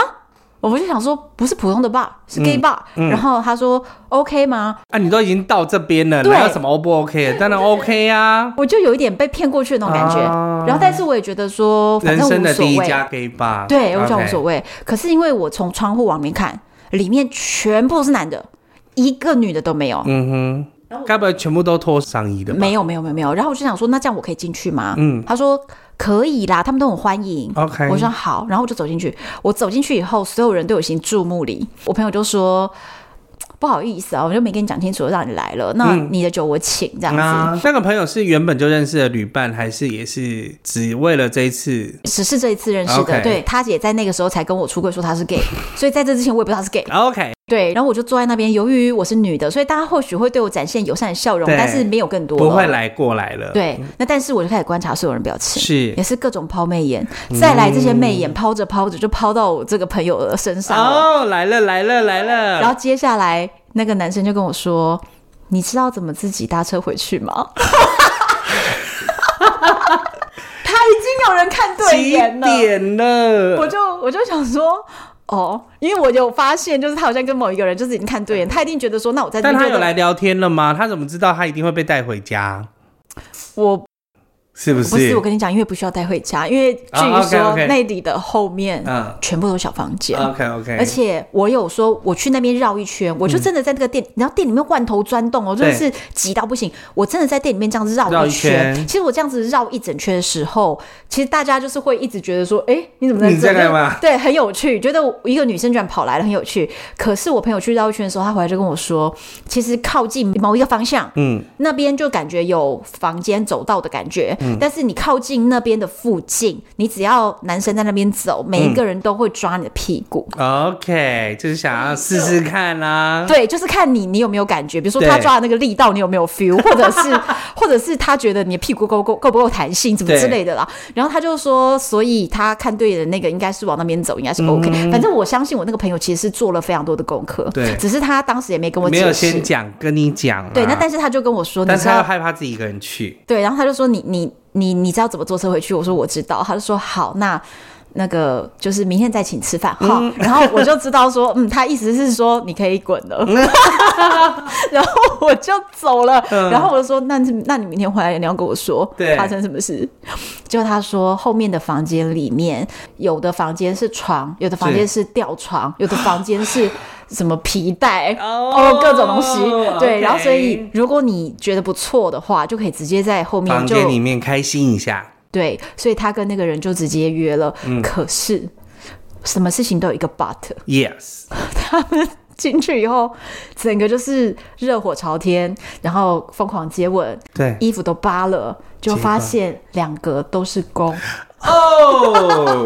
Speaker 1: 我就想说不是普通的 bar，是 gay
Speaker 2: 嗯
Speaker 1: bar、
Speaker 2: 嗯
Speaker 1: 然后他说 OK 吗？
Speaker 2: 啊，你都已经到这边了，
Speaker 1: 对
Speaker 2: 哪有什么 O 不 OK？当然 OK 啊，
Speaker 1: 我就有一点被骗过去的那种感觉。
Speaker 2: 啊
Speaker 1: 然后，但是我也觉得说，哦反
Speaker 2: 人
Speaker 1: 正
Speaker 2: 生
Speaker 1: 无
Speaker 2: 的
Speaker 1: 所
Speaker 2: 第一
Speaker 1: 谓
Speaker 2: 家。gay bar，
Speaker 1: 对，我觉得无
Speaker 2: 啊 OK
Speaker 1: 所谓。可是因为我从窗户往里面看，里面全部都是男的，一个女的都没有。
Speaker 2: 嗯哼，该不会全部都脱上衣的吧？
Speaker 1: 没有，没有，没有，没有。然后我就想说，那这样我可以进去吗？
Speaker 2: 嗯
Speaker 1: 他说可以啦，他们都很欢迎。
Speaker 2: ，OK，
Speaker 1: 我说好，然后我就走进去。我走进去以后，所有人对我行注目礼。我朋友就说。不好意思啊，我就没跟你讲清楚，让你来了。那
Speaker 2: 嗯
Speaker 1: 你的酒我请，这样子、
Speaker 2: 啊，那个朋友是原本就认识的旅伴，还是也是只为了这一次
Speaker 1: 只是这一次认识的。
Speaker 2: OK
Speaker 1: 对，他也在那个时候才跟我出柜说他是 gay，所以在这之前我也不知道他是 gay。
Speaker 2: ？OK，
Speaker 1: 对，然后我就坐在那边，由于我是女的，所以大家或许会对我展现友善的笑容，
Speaker 2: 对
Speaker 1: 但是没有更多了
Speaker 2: 不会。来过来了，，
Speaker 1: 对，那但是我就开始观察所有人表情，
Speaker 2: 是嗯
Speaker 1: 也是各种抛媚眼，再来这些媚眼抛着抛着就抛到我这个朋友的身上了。
Speaker 2: 哦，来了来了来了，
Speaker 1: 然后接下来那个男生就跟我说：“你知道怎么自己搭车回去吗？” (laughs) 他已经有人看对
Speaker 2: 几
Speaker 1: 眼了，
Speaker 2: 点
Speaker 1: 我
Speaker 2: 了？
Speaker 1: 就 (laughs) 我就想说，哦，因为我有发现，就是他好像跟某一个人就是已经看对眼，他一定觉得说，那我在这
Speaker 2: 嗯但
Speaker 1: 边
Speaker 2: 他
Speaker 1: 就
Speaker 2: 有来聊天了吗？他怎么知道他一定会被带回家？
Speaker 1: 我
Speaker 2: 是不
Speaker 1: 不是我跟你讲，因为不需要带回家，因为据
Speaker 2: 啊
Speaker 1: 说
Speaker 2: ，OK，OK 啊
Speaker 1: 那里的后面
Speaker 2: 嗯
Speaker 1: 全部都是小房间。
Speaker 2: ，OK OK，
Speaker 1: 而且我有说，我去那边绕一圈，我就真的在那个店，然后店里面万头钻动哦，真的是
Speaker 2: 嗯对
Speaker 1: 挤到不行。我真的在店里面这样子绕
Speaker 2: 绕
Speaker 1: 一
Speaker 2: 一
Speaker 1: 圈。
Speaker 2: 圈
Speaker 1: 其实我这样子绕一整圈的时候，其实大家就是会一直觉得说，哎、你怎么在
Speaker 2: 你在
Speaker 1: 这
Speaker 2: 干嘛
Speaker 1: 对，很有趣，觉得我一个女生居然跑来了，很有趣。可是我朋友去绕一圈的时候，他回来就跟我说，其实靠近某一个方向，
Speaker 2: 嗯，
Speaker 1: 那边就感觉有房间走道的感觉，但是你靠近那边的附近，你只要男生在那边走，每
Speaker 2: 嗯
Speaker 1: 一个人都会抓你的屁股。
Speaker 2: OK，就是想要试试看啊啦、
Speaker 1: 对，就是看你你有没有感觉，比如说
Speaker 2: 对
Speaker 1: 他抓的那个力道，你有没有 feel，或者是或者是他觉得你的屁股够够够不够弹性，怎么
Speaker 2: 对
Speaker 1: 之类的啦。然后他就说，所以他看对眼的那个应该是往那边走，应该
Speaker 2: 嗯
Speaker 1: 是 OK、反正我相信我那个朋友其实是做了非常多的功课，
Speaker 2: 对
Speaker 1: 只是他当时也没跟我
Speaker 2: 没
Speaker 1: 解
Speaker 2: 有
Speaker 1: 释
Speaker 2: 先。讲，跟你讲、啊。
Speaker 1: 对，那但是他就跟我说，你
Speaker 2: 但
Speaker 1: 知
Speaker 2: 是他又
Speaker 1: 道，
Speaker 2: 害怕自己一个人去，
Speaker 1: 对，然后他就说你你你你知道怎么坐车回去？我说我知道，他就说好，那那个就是明天再请吃饭哈、
Speaker 2: 嗯
Speaker 1: (laughs) 然后我就知道说，嗯，他意思是说你可以滚了，
Speaker 2: 嗯
Speaker 1: (laughs) 然后我就走了，然后我就说那你那你明天回来你要跟我说
Speaker 2: 嗯对
Speaker 1: 发生什么事。结果他说后面的房间里面有的房间是床，有的房间是吊床，有的房间是什么皮带
Speaker 2: 哦
Speaker 1: 哦各种东西，对，
Speaker 2: OK
Speaker 1: 然后所以如果你觉得不错的话，就可以直接在后面
Speaker 2: 房
Speaker 1: 就
Speaker 2: 间里面开心一下。
Speaker 1: 对，所以他跟那个人就直接约了。
Speaker 2: 嗯
Speaker 1: 可是什么事情都有一个 but，
Speaker 2: Yes，
Speaker 1: 进去以后整个就是热火朝天，然后疯狂接吻， (laughs)
Speaker 2: 对。
Speaker 1: 衣服都扒了，就
Speaker 2: 结
Speaker 1: 发
Speaker 2: 果
Speaker 1: 现两个都是公。 (laughs)
Speaker 2: 哦，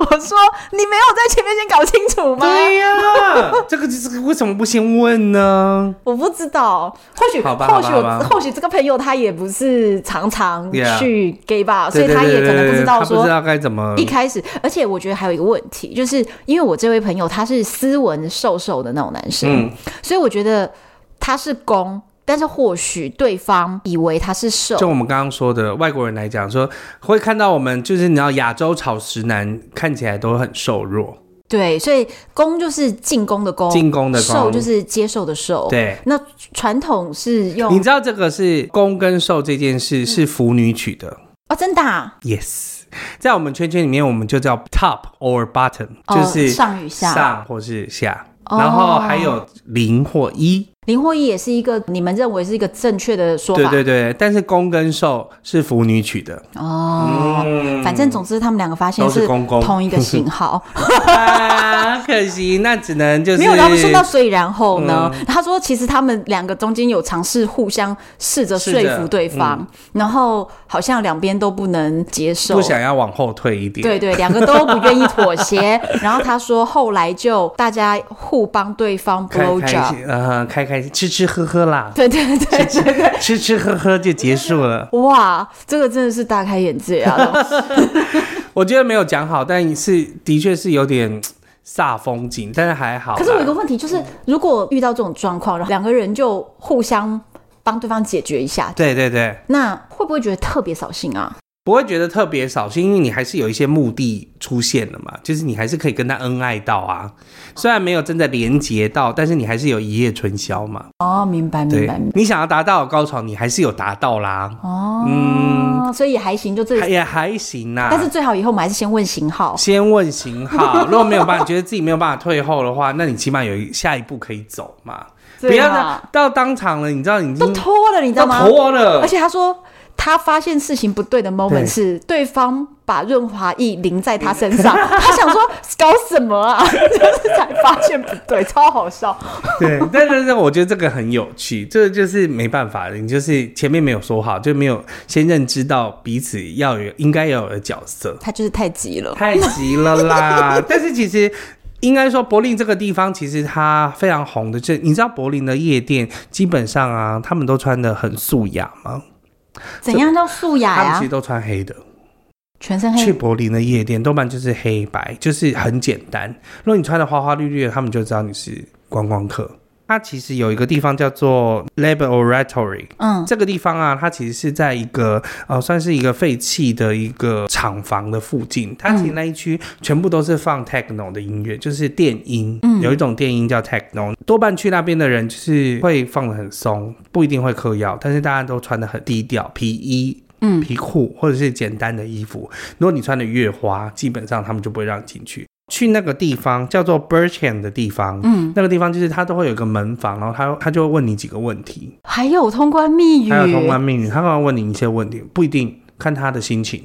Speaker 1: 我说你没有在前面先搞清楚吗？
Speaker 2: 对呀、这个这个为什么不先问呢？
Speaker 1: 我不知道，或许
Speaker 2: 好吧
Speaker 1: 或许
Speaker 2: 好吧好
Speaker 1: 我
Speaker 2: 吧
Speaker 1: 或许这个朋友他也不是常常
Speaker 2: Yeah
Speaker 1: 去 gay 吧，所
Speaker 2: 对
Speaker 1: 以他也可能不知道
Speaker 2: 对对对他
Speaker 1: 说
Speaker 2: 不知道该怎么
Speaker 1: 一开始，而且我觉得还有一个问题，就是因为我这位朋友他是斯文瘦瘦的那种男生，
Speaker 2: 嗯
Speaker 1: 所以我觉得他是攻，但是或许对方以为他是瘦，
Speaker 2: 就我们刚刚说的，外国人来讲说，会看到我们就是你知道亚洲草食男看起来都很瘦弱，
Speaker 1: 对，所以攻就是进攻的攻，
Speaker 2: 进攻的攻
Speaker 1: 受哦就是哦接受的受。，
Speaker 2: 对。
Speaker 1: 那传统是
Speaker 2: 你
Speaker 1: 用
Speaker 2: 知道这个是攻跟受这件事是腐女取的、
Speaker 1: 哦，真的、啊、
Speaker 2: y e s 在我们圈圈里面我们就叫 top or bottom，、
Speaker 1: 哦
Speaker 2: 就是
Speaker 1: 上与下
Speaker 2: 上或是下，
Speaker 1: 哦
Speaker 2: 然后还有零或一，
Speaker 1: 林获益也是一个你们认为是一个正确的说法，
Speaker 2: 对对对，但是攻跟受是腐女取的，
Speaker 1: 哦。反正总之，他们两个发现
Speaker 2: 嗯都是公公
Speaker 1: 同一个型
Speaker 2: (laughs)
Speaker 1: 号，
Speaker 2: 啊，可惜那只能就是嗯
Speaker 1: 没有，他们说到所以然后呢？他说其实他们两个中间有尝试互相试着说
Speaker 2: 试着
Speaker 1: 服对方，然后好像两边都不能接受
Speaker 2: 嗯不。想要往后退一点，
Speaker 1: 对对，两个都不愿意妥
Speaker 2: (laughs)
Speaker 1: 协。然后他说，后来就大家互帮对方
Speaker 2: 开
Speaker 1: blow
Speaker 2: 开
Speaker 1: job。
Speaker 2: 心，呃，开开心，吃吃喝喝啦，
Speaker 1: (laughs) 对对 (laughs) 对对对，
Speaker 2: 吃吃喝喝就结束了。
Speaker 1: 哇，这个真的是大开眼界啊！
Speaker 2: 我觉得没有讲好，但是的确是有点嘖煞风景，但是还好啦。哦嗯
Speaker 1: 可是我有一个问题，就是如果遇到这种状况，然后两个人就互相帮对方解决一下，
Speaker 2: 对对对，
Speaker 1: 那会不会觉得特别扫兴啊？
Speaker 2: 不会觉得特别扫兴，因为你还是有一些目的出现了嘛，就是你还是可以跟他恩爱到啊，虽然没有真的连结到，但是你还是有一夜春宵嘛。
Speaker 1: 哦，明白明
Speaker 2: 对
Speaker 1: 白明白。，
Speaker 2: 你想要达到的高潮，你还是有达到啦，
Speaker 1: 哦，所以也还行，就这
Speaker 2: 嗯还。也啊还行啦、
Speaker 1: 但是最好以后我们还是先问型号。
Speaker 2: 先问型号， (laughs) 如果没有办法，觉得自己没有办法退后的话，那你起码有一下一步可以走嘛。不
Speaker 1: 对
Speaker 2: 要
Speaker 1: 啊
Speaker 2: 到到当场了，你知道你已
Speaker 1: 都啊
Speaker 2: 经
Speaker 1: 脱了，你知道
Speaker 2: 嗯都啊
Speaker 1: 吗？
Speaker 2: 脱了
Speaker 1: (laughs) 而，且他说他发现事情不对的 moment 是对方把润滑液淋在他身
Speaker 2: (laughs)
Speaker 1: 上，他想说搞什么啊？ (laughs) 就是才发现不对，超好笑。
Speaker 2: 对，但是我觉得这个很有趣，这个就是没办法的，你就是前面没有说好，就没有先认知到彼此要有应该要有的角
Speaker 1: (laughs)
Speaker 2: 色，
Speaker 1: 他就是太急了。
Speaker 2: 太急了啦。 (laughs) 但是其实。应该说，柏林这个地方其实它非常红的，就是你知道柏林的夜店基本上啊，他们都穿的很素雅吗？
Speaker 1: 怎样叫素雅
Speaker 2: 他们
Speaker 1: 呀
Speaker 2: 其实？都穿黑的。
Speaker 1: 全身
Speaker 2: 去
Speaker 1: 黑。
Speaker 2: 柏林的夜店，多半就是黑白，就是很简单。如果你穿的花花绿绿的，他们就知道你是观光客。它其实有一个地方叫做 Laboratory，
Speaker 1: 嗯，
Speaker 2: 这个地方啊，它其实是在一个呃，算是一个废弃的一个厂房的附近。它其实那一区全部都是放 techno 的音乐，就是电音，有一种电音叫 techno。多半去那边的人就是会放的很松，不一定会嗑药，但是大家都穿的很低调，皮衣。
Speaker 1: 嗯
Speaker 2: 皮裤或者是简单的衣服，如果你穿的越花，基本上他们就不会让你进去。去那个地方叫做 Bircham 的地方，嗯，那个地方就是它都会有一个门房，然后他他就会问你几个问题，
Speaker 1: 还有通关密语
Speaker 2: 还。有通关命运，他可能问你一些问题，不一定看他的心情。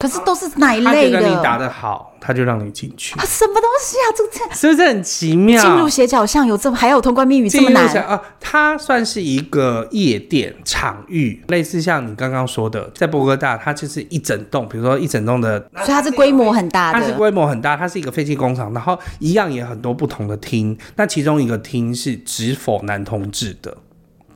Speaker 1: 可是都是哪一
Speaker 2: 他
Speaker 1: 类
Speaker 2: 觉
Speaker 1: 的？
Speaker 2: 得你打得好，他就让你进去
Speaker 1: 啊，，什么东西啊？这个这
Speaker 2: 是不是很奇妙？
Speaker 1: 进入斜角巷有这么还有通关密语这么
Speaker 2: 进入
Speaker 1: 难？
Speaker 2: 一下啊，它算是一个夜店场域，类似像你刚刚说的，在波哥大，它就是一整栋，比如说一整栋的，
Speaker 1: 所以它是规模很大
Speaker 2: 它是
Speaker 1: 的。
Speaker 2: 规模很大，它是一个废弃工厂，然后一样也很多不同的厅，那其中一个厅是只否男同志的。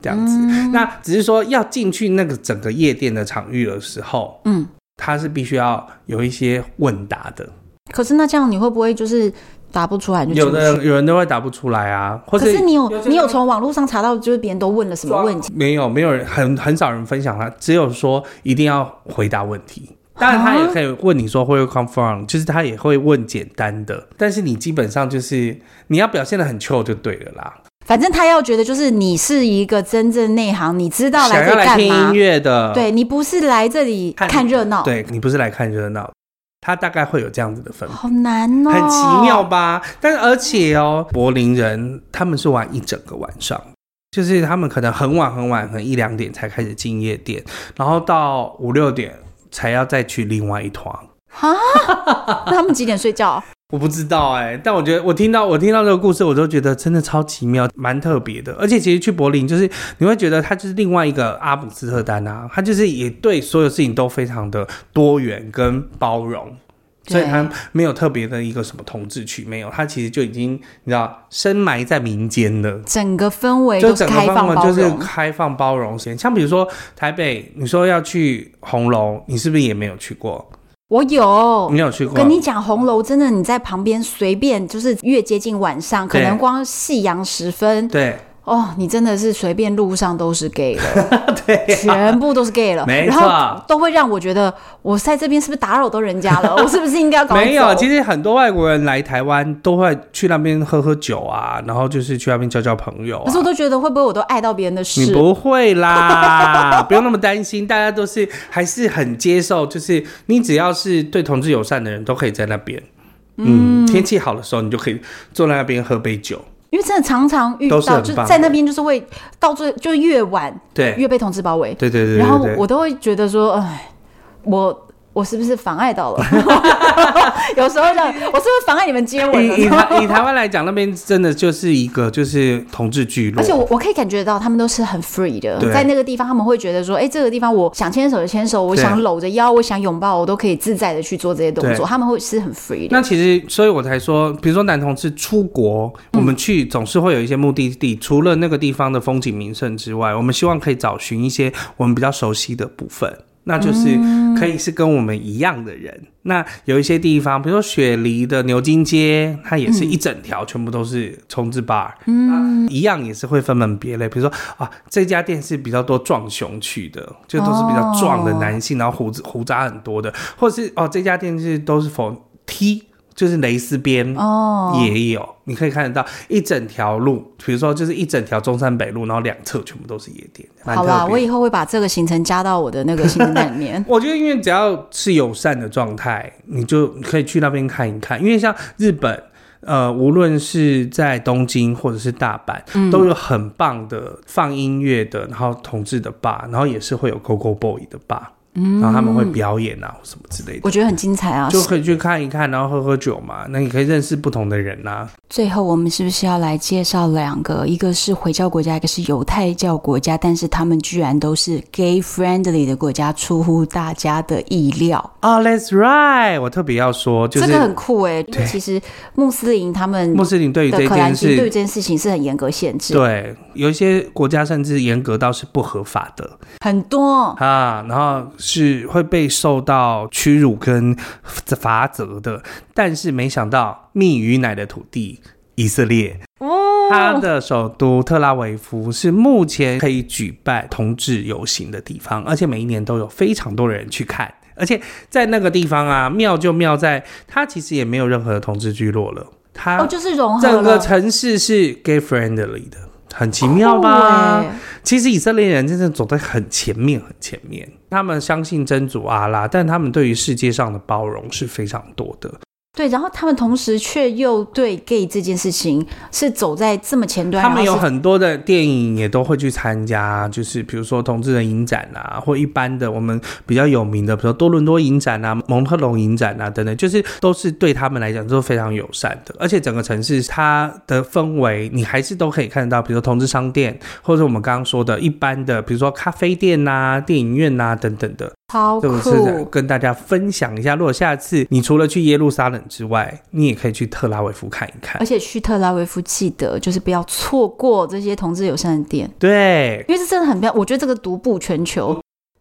Speaker 2: 这样子，
Speaker 1: 嗯
Speaker 2: 那只是说要进去那个整个夜店的场域的时候，嗯，它是必须要有一些问答的，
Speaker 1: 可是那这样你会不会就是答不出来就
Speaker 2: 有
Speaker 1: 出
Speaker 2: 的
Speaker 1: 去？
Speaker 2: 人有人都会答不出来啊，或
Speaker 1: 可
Speaker 2: 者
Speaker 1: 是你有你有从网络上查到，就是别人都问了什么问题？
Speaker 2: 没有，没有人很很少人分享他，只有说一定要回答问题。当然，他也可以问你说 Where you come from，就是他也会问简单的，但是你基本上就是你要表现的很 chill 就对了啦。
Speaker 1: 反正他要觉得就是你是一个真正内行，你知道
Speaker 2: 想
Speaker 1: 来这
Speaker 2: 要
Speaker 1: 里
Speaker 2: 来
Speaker 1: 干
Speaker 2: 听音
Speaker 1: 嘛？
Speaker 2: 乐的，
Speaker 1: 对你不是来这里
Speaker 2: 看
Speaker 1: 看热闹，
Speaker 2: 对你不是来看热闹，他大概会有这样子的分
Speaker 1: 好难哦，
Speaker 2: 很奇妙。吧？但是而且哦，柏林人他们是玩一整个晚上，就是他们可能很晚很晚，可能一两点才开始进夜店，然后到五六点才要再去另外一团。
Speaker 1: 啊那他们几点睡觉？
Speaker 2: 我不知道哎、但我觉得我听到我听到这个故事，我都觉得真的超奇妙，蛮特别的。而且其实去柏林，就是你会觉得它就是另外一个阿姆斯特丹啊，它就是也对所有事情都非常的多元跟包容，所
Speaker 1: 对
Speaker 2: 以它没有特别的一个什么统治区，没有，它其实就已经你知道深埋在民间了。
Speaker 1: 整个氛围
Speaker 2: 就
Speaker 1: 都是
Speaker 2: 整个
Speaker 1: 开放
Speaker 2: 氛围
Speaker 1: 包
Speaker 2: 就是
Speaker 1: 容，
Speaker 2: 开放包容型，像比如说台北，你说要去红楼，你是不是也没有去过？
Speaker 1: 我有
Speaker 2: 你。有去过？
Speaker 1: 哦跟你讲，红楼真的，你在旁边随便，就是越接近晚上，可
Speaker 2: 对
Speaker 1: 能光夕阳时分，
Speaker 2: 对，
Speaker 1: 哦，你真的是随便路上都是 gay 了，
Speaker 2: (laughs) 对
Speaker 1: 全部都是 gay 了，
Speaker 2: 没
Speaker 1: 然
Speaker 2: 错
Speaker 1: 后都会让我觉得我在这边是不是打扰到人家
Speaker 2: (laughs)
Speaker 1: 了？我是不是应该要搞
Speaker 2: 没有，其
Speaker 1: 实
Speaker 2: 实很多外国人来台湾都会去那边喝喝酒啊，然后就是去那边交交朋友、
Speaker 1: 可
Speaker 2: 啊
Speaker 1: 是。我都觉得会不会我都爱到别人的
Speaker 2: 你
Speaker 1: 事？
Speaker 2: 不会啦， (laughs) 不用那么担心，大家都是还是很接受，就是你只要是对同志友善的人都可以在那边。嗯，天气好的时候，你就可以坐在那边喝杯酒。
Speaker 1: 因为真的常常遇
Speaker 2: 都是
Speaker 1: 到，
Speaker 2: 很
Speaker 1: 就
Speaker 2: 棒的
Speaker 1: 在那边就是会到最就越晚
Speaker 2: 对，
Speaker 1: 越被同志包围，
Speaker 2: 对对对
Speaker 1: 嗯
Speaker 2: 对
Speaker 1: 然后
Speaker 2: 对
Speaker 1: 我都会觉得说，哎，我我是不是妨碍
Speaker 2: (laughs)
Speaker 1: 到了？有时候让我是不是妨碍你们接吻
Speaker 2: (laughs) 以以
Speaker 1: 了？
Speaker 2: 台以台湾来讲，那边真的就是一个就是同志聚落，
Speaker 1: 而且我我可以感觉到他们都是很 free 的
Speaker 2: 对，
Speaker 1: 在那个地方他们会觉得说，哎、这个地方我想牵手就牵手，我
Speaker 2: 对
Speaker 1: 想搂着腰，我想拥抱，我都可以自在的去做这些动
Speaker 2: 对
Speaker 1: 作，他们会是很 free 的。
Speaker 2: 那其实，所以我才说，比如说男同志出国，我们去总是会有一些目的地，除了那个地方的风景名胜之外，我们希望可以找寻一些我们比较熟悉的部分。那就是可以是跟我们一样的人。那有一些地方，比如说雪梨的牛津街，它也是一整条全部都是冲字 bar，嗯，那一样也是会分门别类。比如说啊，这家店是比较多壮熊去的，就都是比较壮的男性，然后胡子胡渣很多的，或者是哦，这家店是都是否 T，就是蕾丝边
Speaker 1: 哦，
Speaker 2: 也有，你可以看得到一整条路，比如说就是一整条中山北路，然后两侧全部都是夜店，蛮
Speaker 1: 好啦，
Speaker 2: 特
Speaker 1: 我
Speaker 2: 别
Speaker 1: 以
Speaker 2: 的。
Speaker 1: 后会把这个行程加到我的那个行程单里
Speaker 2: (laughs)。
Speaker 1: 面
Speaker 2: 我觉得，因为只要是友善的状态，你就可以去那边看一看。因为像日本，呃，无论是在东京或者是大阪，
Speaker 1: 嗯
Speaker 2: 都有很棒的放音乐的，然后同志的吧，然后也是会有 g o g o Boy 的吧，然后他们会表演啊或什么之类的，
Speaker 1: 嗯我觉得很精彩啊！
Speaker 2: 就可以去看一看，然后喝喝酒嘛。那你可以认识不同的人呐、啊。
Speaker 1: 最后，我们是不是要来介绍两个？一个是回教国家，一个是犹太教国家，但是他们居然都是 gay friendly 的国家，出乎大家的意料。
Speaker 2: 哦、t h a t s right，我特别要说，就是
Speaker 1: 这个很酷哎、因为其实穆斯林他们
Speaker 2: 穆斯林对于
Speaker 1: 的
Speaker 2: 这
Speaker 1: 可兰
Speaker 2: 件
Speaker 1: 经对于这
Speaker 2: 事，
Speaker 1: 件事情是很严格限制，
Speaker 2: 对有一些国家甚至严格到是不合法的
Speaker 1: 很多。
Speaker 2: 啊，然后是会被受到屈辱跟罚责的。但是没想到，蜜与奶的土地以色列，
Speaker 1: (laughs)
Speaker 2: 它的首都特拉维夫是目前可以举办同志游行的地方，而且每一年都有非常多人去看。而且在那个地方啊，妙就妙在它其实也没有任何的同志聚落了，它
Speaker 1: 哦，就是融合
Speaker 2: 整个
Speaker 1: 了，
Speaker 2: 城市是 gay friendly 的，很奇妙吧？
Speaker 1: 酷欸
Speaker 2: 其实以色列人真正走在很前面，很前面。他们相信真主阿拉，但他们对于世界上的包容是非常多的。
Speaker 1: 对，然后他们同时却又对 gay 这件事情是走在这么前端，
Speaker 2: 他们
Speaker 1: 然
Speaker 2: 有
Speaker 1: 后是
Speaker 2: 很多的电影也都会去参加，就是比如说同志的影展啊，或一般的我们比较有名的，比如说多伦多影展啊、蒙特龙影展啊等等，就是都是对他们来讲都是非常友善的。而且整个城市它的氛围，你还是都可以看得到，比如说同志商店，或者我们刚刚说的一般的，比如说咖啡店呐、电影院呐、等等的，
Speaker 1: 超
Speaker 2: 这个是在
Speaker 1: 酷。
Speaker 2: 跟大家分享一下。如果下次你除了去耶路撒冷之外，你也可以去特拉维夫看一看
Speaker 1: 而。且去特拉维夫记得就是不要错过这些同志友善的店，
Speaker 2: 对，
Speaker 1: 因为这真的很漂亮，我觉得这个独步全球。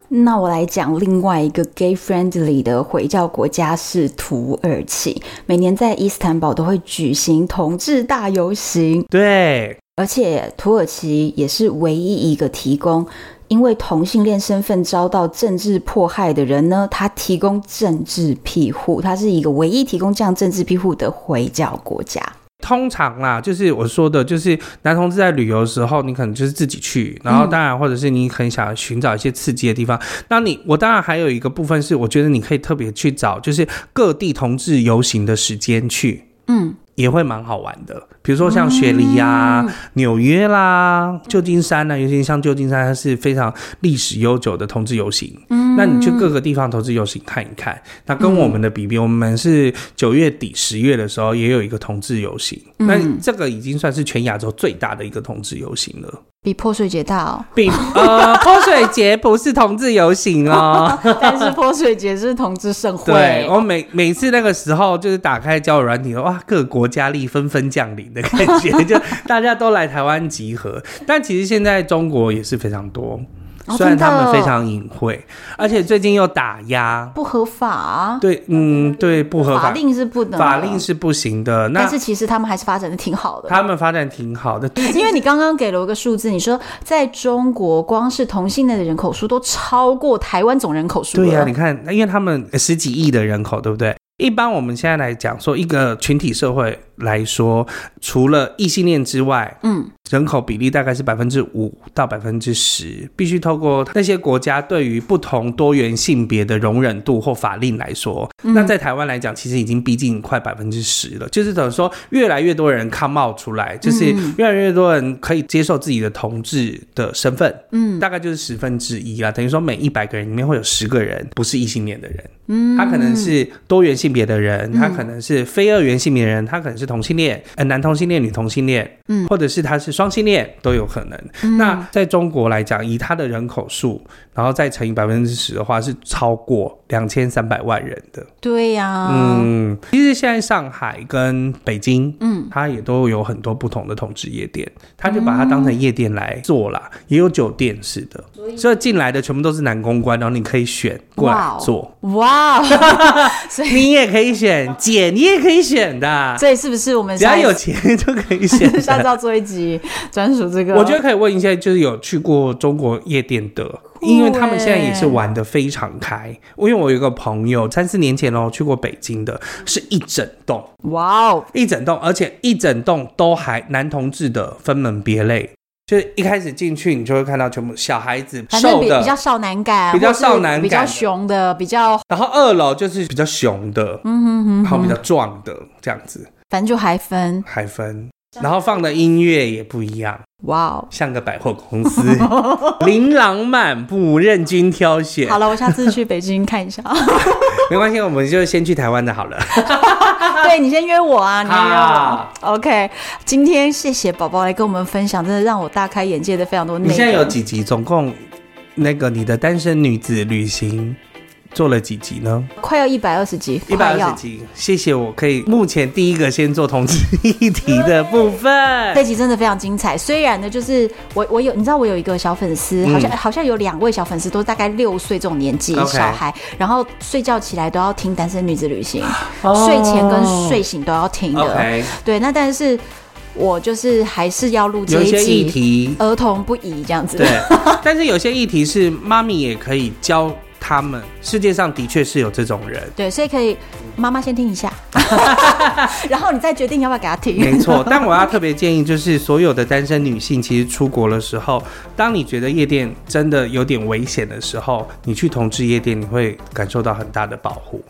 Speaker 1: 那我来讲另外一个 gay friendly 的回教国家是土耳其，每年在伊斯坦堡都会举行同志大游行，
Speaker 2: 对，
Speaker 1: 而且土耳其也是唯一一个提供因为同性恋身份遭到政治迫害的人呢，他提供政治庇护，他是一个唯一提供这样政治庇护的回教国家。
Speaker 2: 通常啦，就是我说的，就是男同志在旅游的时候，你可能就是自己去，然后当然或者是你很想寻找一些刺激的地方。那你我当然还有一个部分是，我觉得你可以特别去找，就是各地同志游行的时间去，
Speaker 1: 嗯，
Speaker 2: 也会蛮好玩的。比如说像雪梨呀、纽约啦、旧金山啊，尤其像旧金山，它是非常历史悠久的同志游行。嗯，那你去各个地方同志游行看一看。那跟我们的比比，我们是九月底十月的时候也有一个同志游行，那这个已经算是全亚洲最大的一个同志游行了。
Speaker 1: 比泼水节大哦，
Speaker 2: 比呃泼水节不是同志游行哦，
Speaker 1: (laughs) 但是泼水节是同志盛会。
Speaker 2: 对哦我每每次那个时候就是打开交友软体，哇，各国佳丽纷纷降临的感
Speaker 1: (laughs)
Speaker 2: 觉，就大家都来台湾集合。但其实现在中国也是非常多，
Speaker 1: 哦
Speaker 2: 虽然他
Speaker 1: 真的
Speaker 2: 们非常隐晦，而且最近又打压，
Speaker 1: 不合法啊、
Speaker 2: 对，嗯，对，不合
Speaker 1: 法
Speaker 2: 法，
Speaker 1: 令是不能的，
Speaker 2: 法令是不行的。那
Speaker 1: 但是其实他们还是发展的挺好的。
Speaker 2: 他们发展挺好的，
Speaker 1: 因为你刚刚给了我一个数字，你说在中国光是同性恋的人口数都超过台湾总人口数了。
Speaker 2: 对呀、啊你看，因为他们呃十几亿的人口，对不对？一般我们现在来讲说，一个群体社会来说，除了异性恋之外，
Speaker 1: 嗯，
Speaker 2: 人口比例大概是百分之五到百分之十，必须透过那些国家对于不同多元性别的容忍度或法令来说，
Speaker 1: 嗯
Speaker 2: 那在台湾来讲，其实已经逼近快百分之十了，就是等于说越来越多人 come out 出来，就是越来越多人可以接受自己的同志的身份，嗯，大概就是十分之一啦，等于说每一百个人里面会有十个人不是异性恋的人，嗯，他嗯可能是多元性别的人，他可能是非二元性别的人，他可能是同性恋，呃，男同性恋、女同性恋，嗯，或者是他是双性恋都有可能。那在中国来讲，以他的人口数，然后再乘以百分之十的话，是超过两千三百万人的。
Speaker 1: 对呀、
Speaker 2: 嗯，其实现在上海跟北京，嗯，它也都有很多不同的同志夜店，它就把它当成夜店来做啦，
Speaker 1: 嗯
Speaker 2: 也有酒店式的，所以进来的全部都是男公关，然后你可以选过
Speaker 1: 哇
Speaker 2: 来
Speaker 1: 哦
Speaker 2: 做。 (laughs)
Speaker 1: 哇哦，所以
Speaker 2: 你也可
Speaker 1: (laughs)
Speaker 2: 以选，姐你也可以选的，
Speaker 1: 所以是不是我们
Speaker 2: 只要
Speaker 1: 下一
Speaker 2: 有
Speaker 1: 次
Speaker 2: 钱就可
Speaker 1: (laughs)
Speaker 2: 以选
Speaker 1: 下次
Speaker 2: 的。
Speaker 1: 要做一集专属这个？
Speaker 2: 我觉得可以问一下，就是有去过中国夜店的，因为他们现在也
Speaker 1: 欸
Speaker 2: 是玩的非常开。因为我有一个朋友，三四年前哦去过北京的，是一整栋，
Speaker 1: 哇哦，
Speaker 2: 一整栋，而且一整栋都还男同志的分门别类。就是一开始进去，你就会看到全部小孩子
Speaker 1: 反正
Speaker 2: 瘦
Speaker 1: 比
Speaker 2: 的
Speaker 1: 比，较少男感，
Speaker 2: 比较
Speaker 1: 或是
Speaker 2: 少男
Speaker 1: 比较
Speaker 2: 感的
Speaker 1: 熊的，比较
Speaker 2: 然后二楼就是比较熊的，
Speaker 1: 嗯哼哼
Speaker 2: 然后
Speaker 1: 哼，
Speaker 2: 比较壮的这样子。
Speaker 1: 反正就还分
Speaker 2: 海分，然后放的音乐也不一样，
Speaker 1: 哇哦。
Speaker 2: 像个百货公
Speaker 1: (laughs)
Speaker 2: 司，琳琅满目，任君挑选
Speaker 1: 好。了，我下次去北京看一
Speaker 2: (laughs)
Speaker 1: 下。
Speaker 2: 没关系，我们就先去台湾的好
Speaker 1: (laughs)
Speaker 2: 了。
Speaker 1: 对你先约我啊，你先约
Speaker 2: 好
Speaker 1: 我。OK，今天谢谢宝宝来跟我们分享，真的让我大开眼界的非常多内
Speaker 2: 你
Speaker 1: 容。
Speaker 2: 现在有几集？总共那个你的单身女子旅行做了几集呢？
Speaker 1: 快要一百二十集，
Speaker 2: 一百
Speaker 1: 快
Speaker 2: 二
Speaker 1: 要
Speaker 2: 十。集。谢谢，我可以目前第一个先做同志议题的部分。
Speaker 1: 这集真的非常精彩，虽然呢，就是我我有你知道我有一个小粉丝，好像、好像有两位小粉丝都大概六岁这种年纪
Speaker 2: 嗯 OK
Speaker 1: 小孩，然后睡觉起来都要听《单身女子旅行》睡前跟睡醒都要听的。
Speaker 2: 哦 OK，
Speaker 1: 对，那但是我就是还是要录这
Speaker 2: 有一
Speaker 1: 一
Speaker 2: 些
Speaker 1: 集
Speaker 2: 议题
Speaker 1: 儿童不宜这样子。
Speaker 2: 对， (laughs) 但是有些议题是妈咪也可以教他们，世界上的确是有这种
Speaker 1: (laughs)
Speaker 2: 人。
Speaker 1: 对，所以可以
Speaker 2: 嗯
Speaker 1: 妈妈先听一
Speaker 2: (laughs)
Speaker 1: 下，然后你再决定要不要给她听。
Speaker 2: 没错，但我要特别建议，就是所有的单身女性，其实出国的时候，当你觉得夜店真的有点危险的时候，你去同志夜店，你会感受到很大的保护。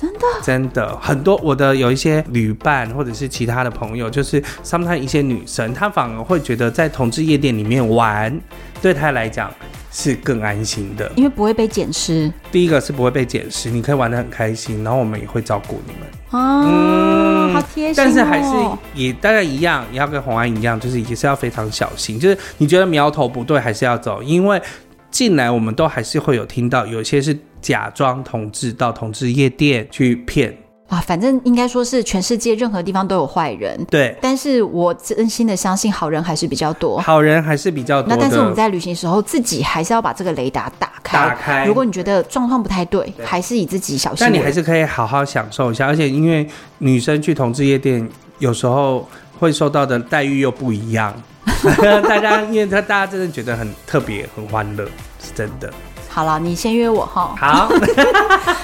Speaker 1: 真的
Speaker 2: 真的很多我的有一些旅伴或者是其他的朋友，就是 sometimes 一些女生，她反而会觉得在同志夜店里面玩，对她来讲是更安心的。
Speaker 1: 因为不会被捡尸
Speaker 2: 第一个是不会被捡拾，你可以玩得很开心，然后我们也会照顾你们。
Speaker 1: 啊，
Speaker 2: 嗯
Speaker 1: 好贴心、哦。
Speaker 2: 但是还是也大概一样，也要跟红安一样，就是也是要非常小心。就是你觉得苗头不对，还是要走，因为进来我们都还是会有听到，有些是假装同志到同志夜店去骗。
Speaker 1: 啊，反正应该说是全世界任何地方都有坏人，
Speaker 2: 对，
Speaker 1: 但是我真心的相信好人还是比较多。
Speaker 2: 好人还是比较多
Speaker 1: 那
Speaker 2: 的。
Speaker 1: 但是我们在旅行时候，自己还是要把这个雷达打开。
Speaker 2: 打开
Speaker 1: 如果你觉得状况不太对，
Speaker 2: 对
Speaker 1: 还是以自己小心
Speaker 2: 但
Speaker 1: 为。
Speaker 2: 你还是可以好好享受一下，而且因为女生去同志夜店，有时候会受到的待遇又不一样。 (laughs) 大家因为他大家真的觉得很特别、很欢乐，是真的。
Speaker 1: 好了，你先约我哈。 (laughs)
Speaker 2: 好，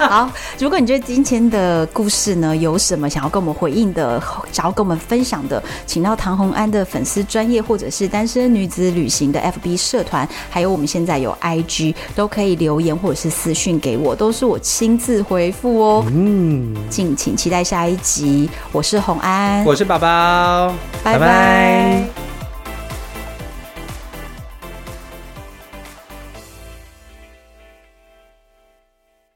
Speaker 1: 好，如果你对今天的故事呢有什么想要跟我们回应的，想要跟我们分享的，请到唐红安的粉丝专业或者是单身女子旅行的 FB 社团，还有我们现在有 IG 都可以留言或者是私讯给我，都是我亲自回复哦。
Speaker 2: 嗯，
Speaker 1: 敬请期待下一集，我是红安，
Speaker 2: 我是宝宝，
Speaker 1: 拜拜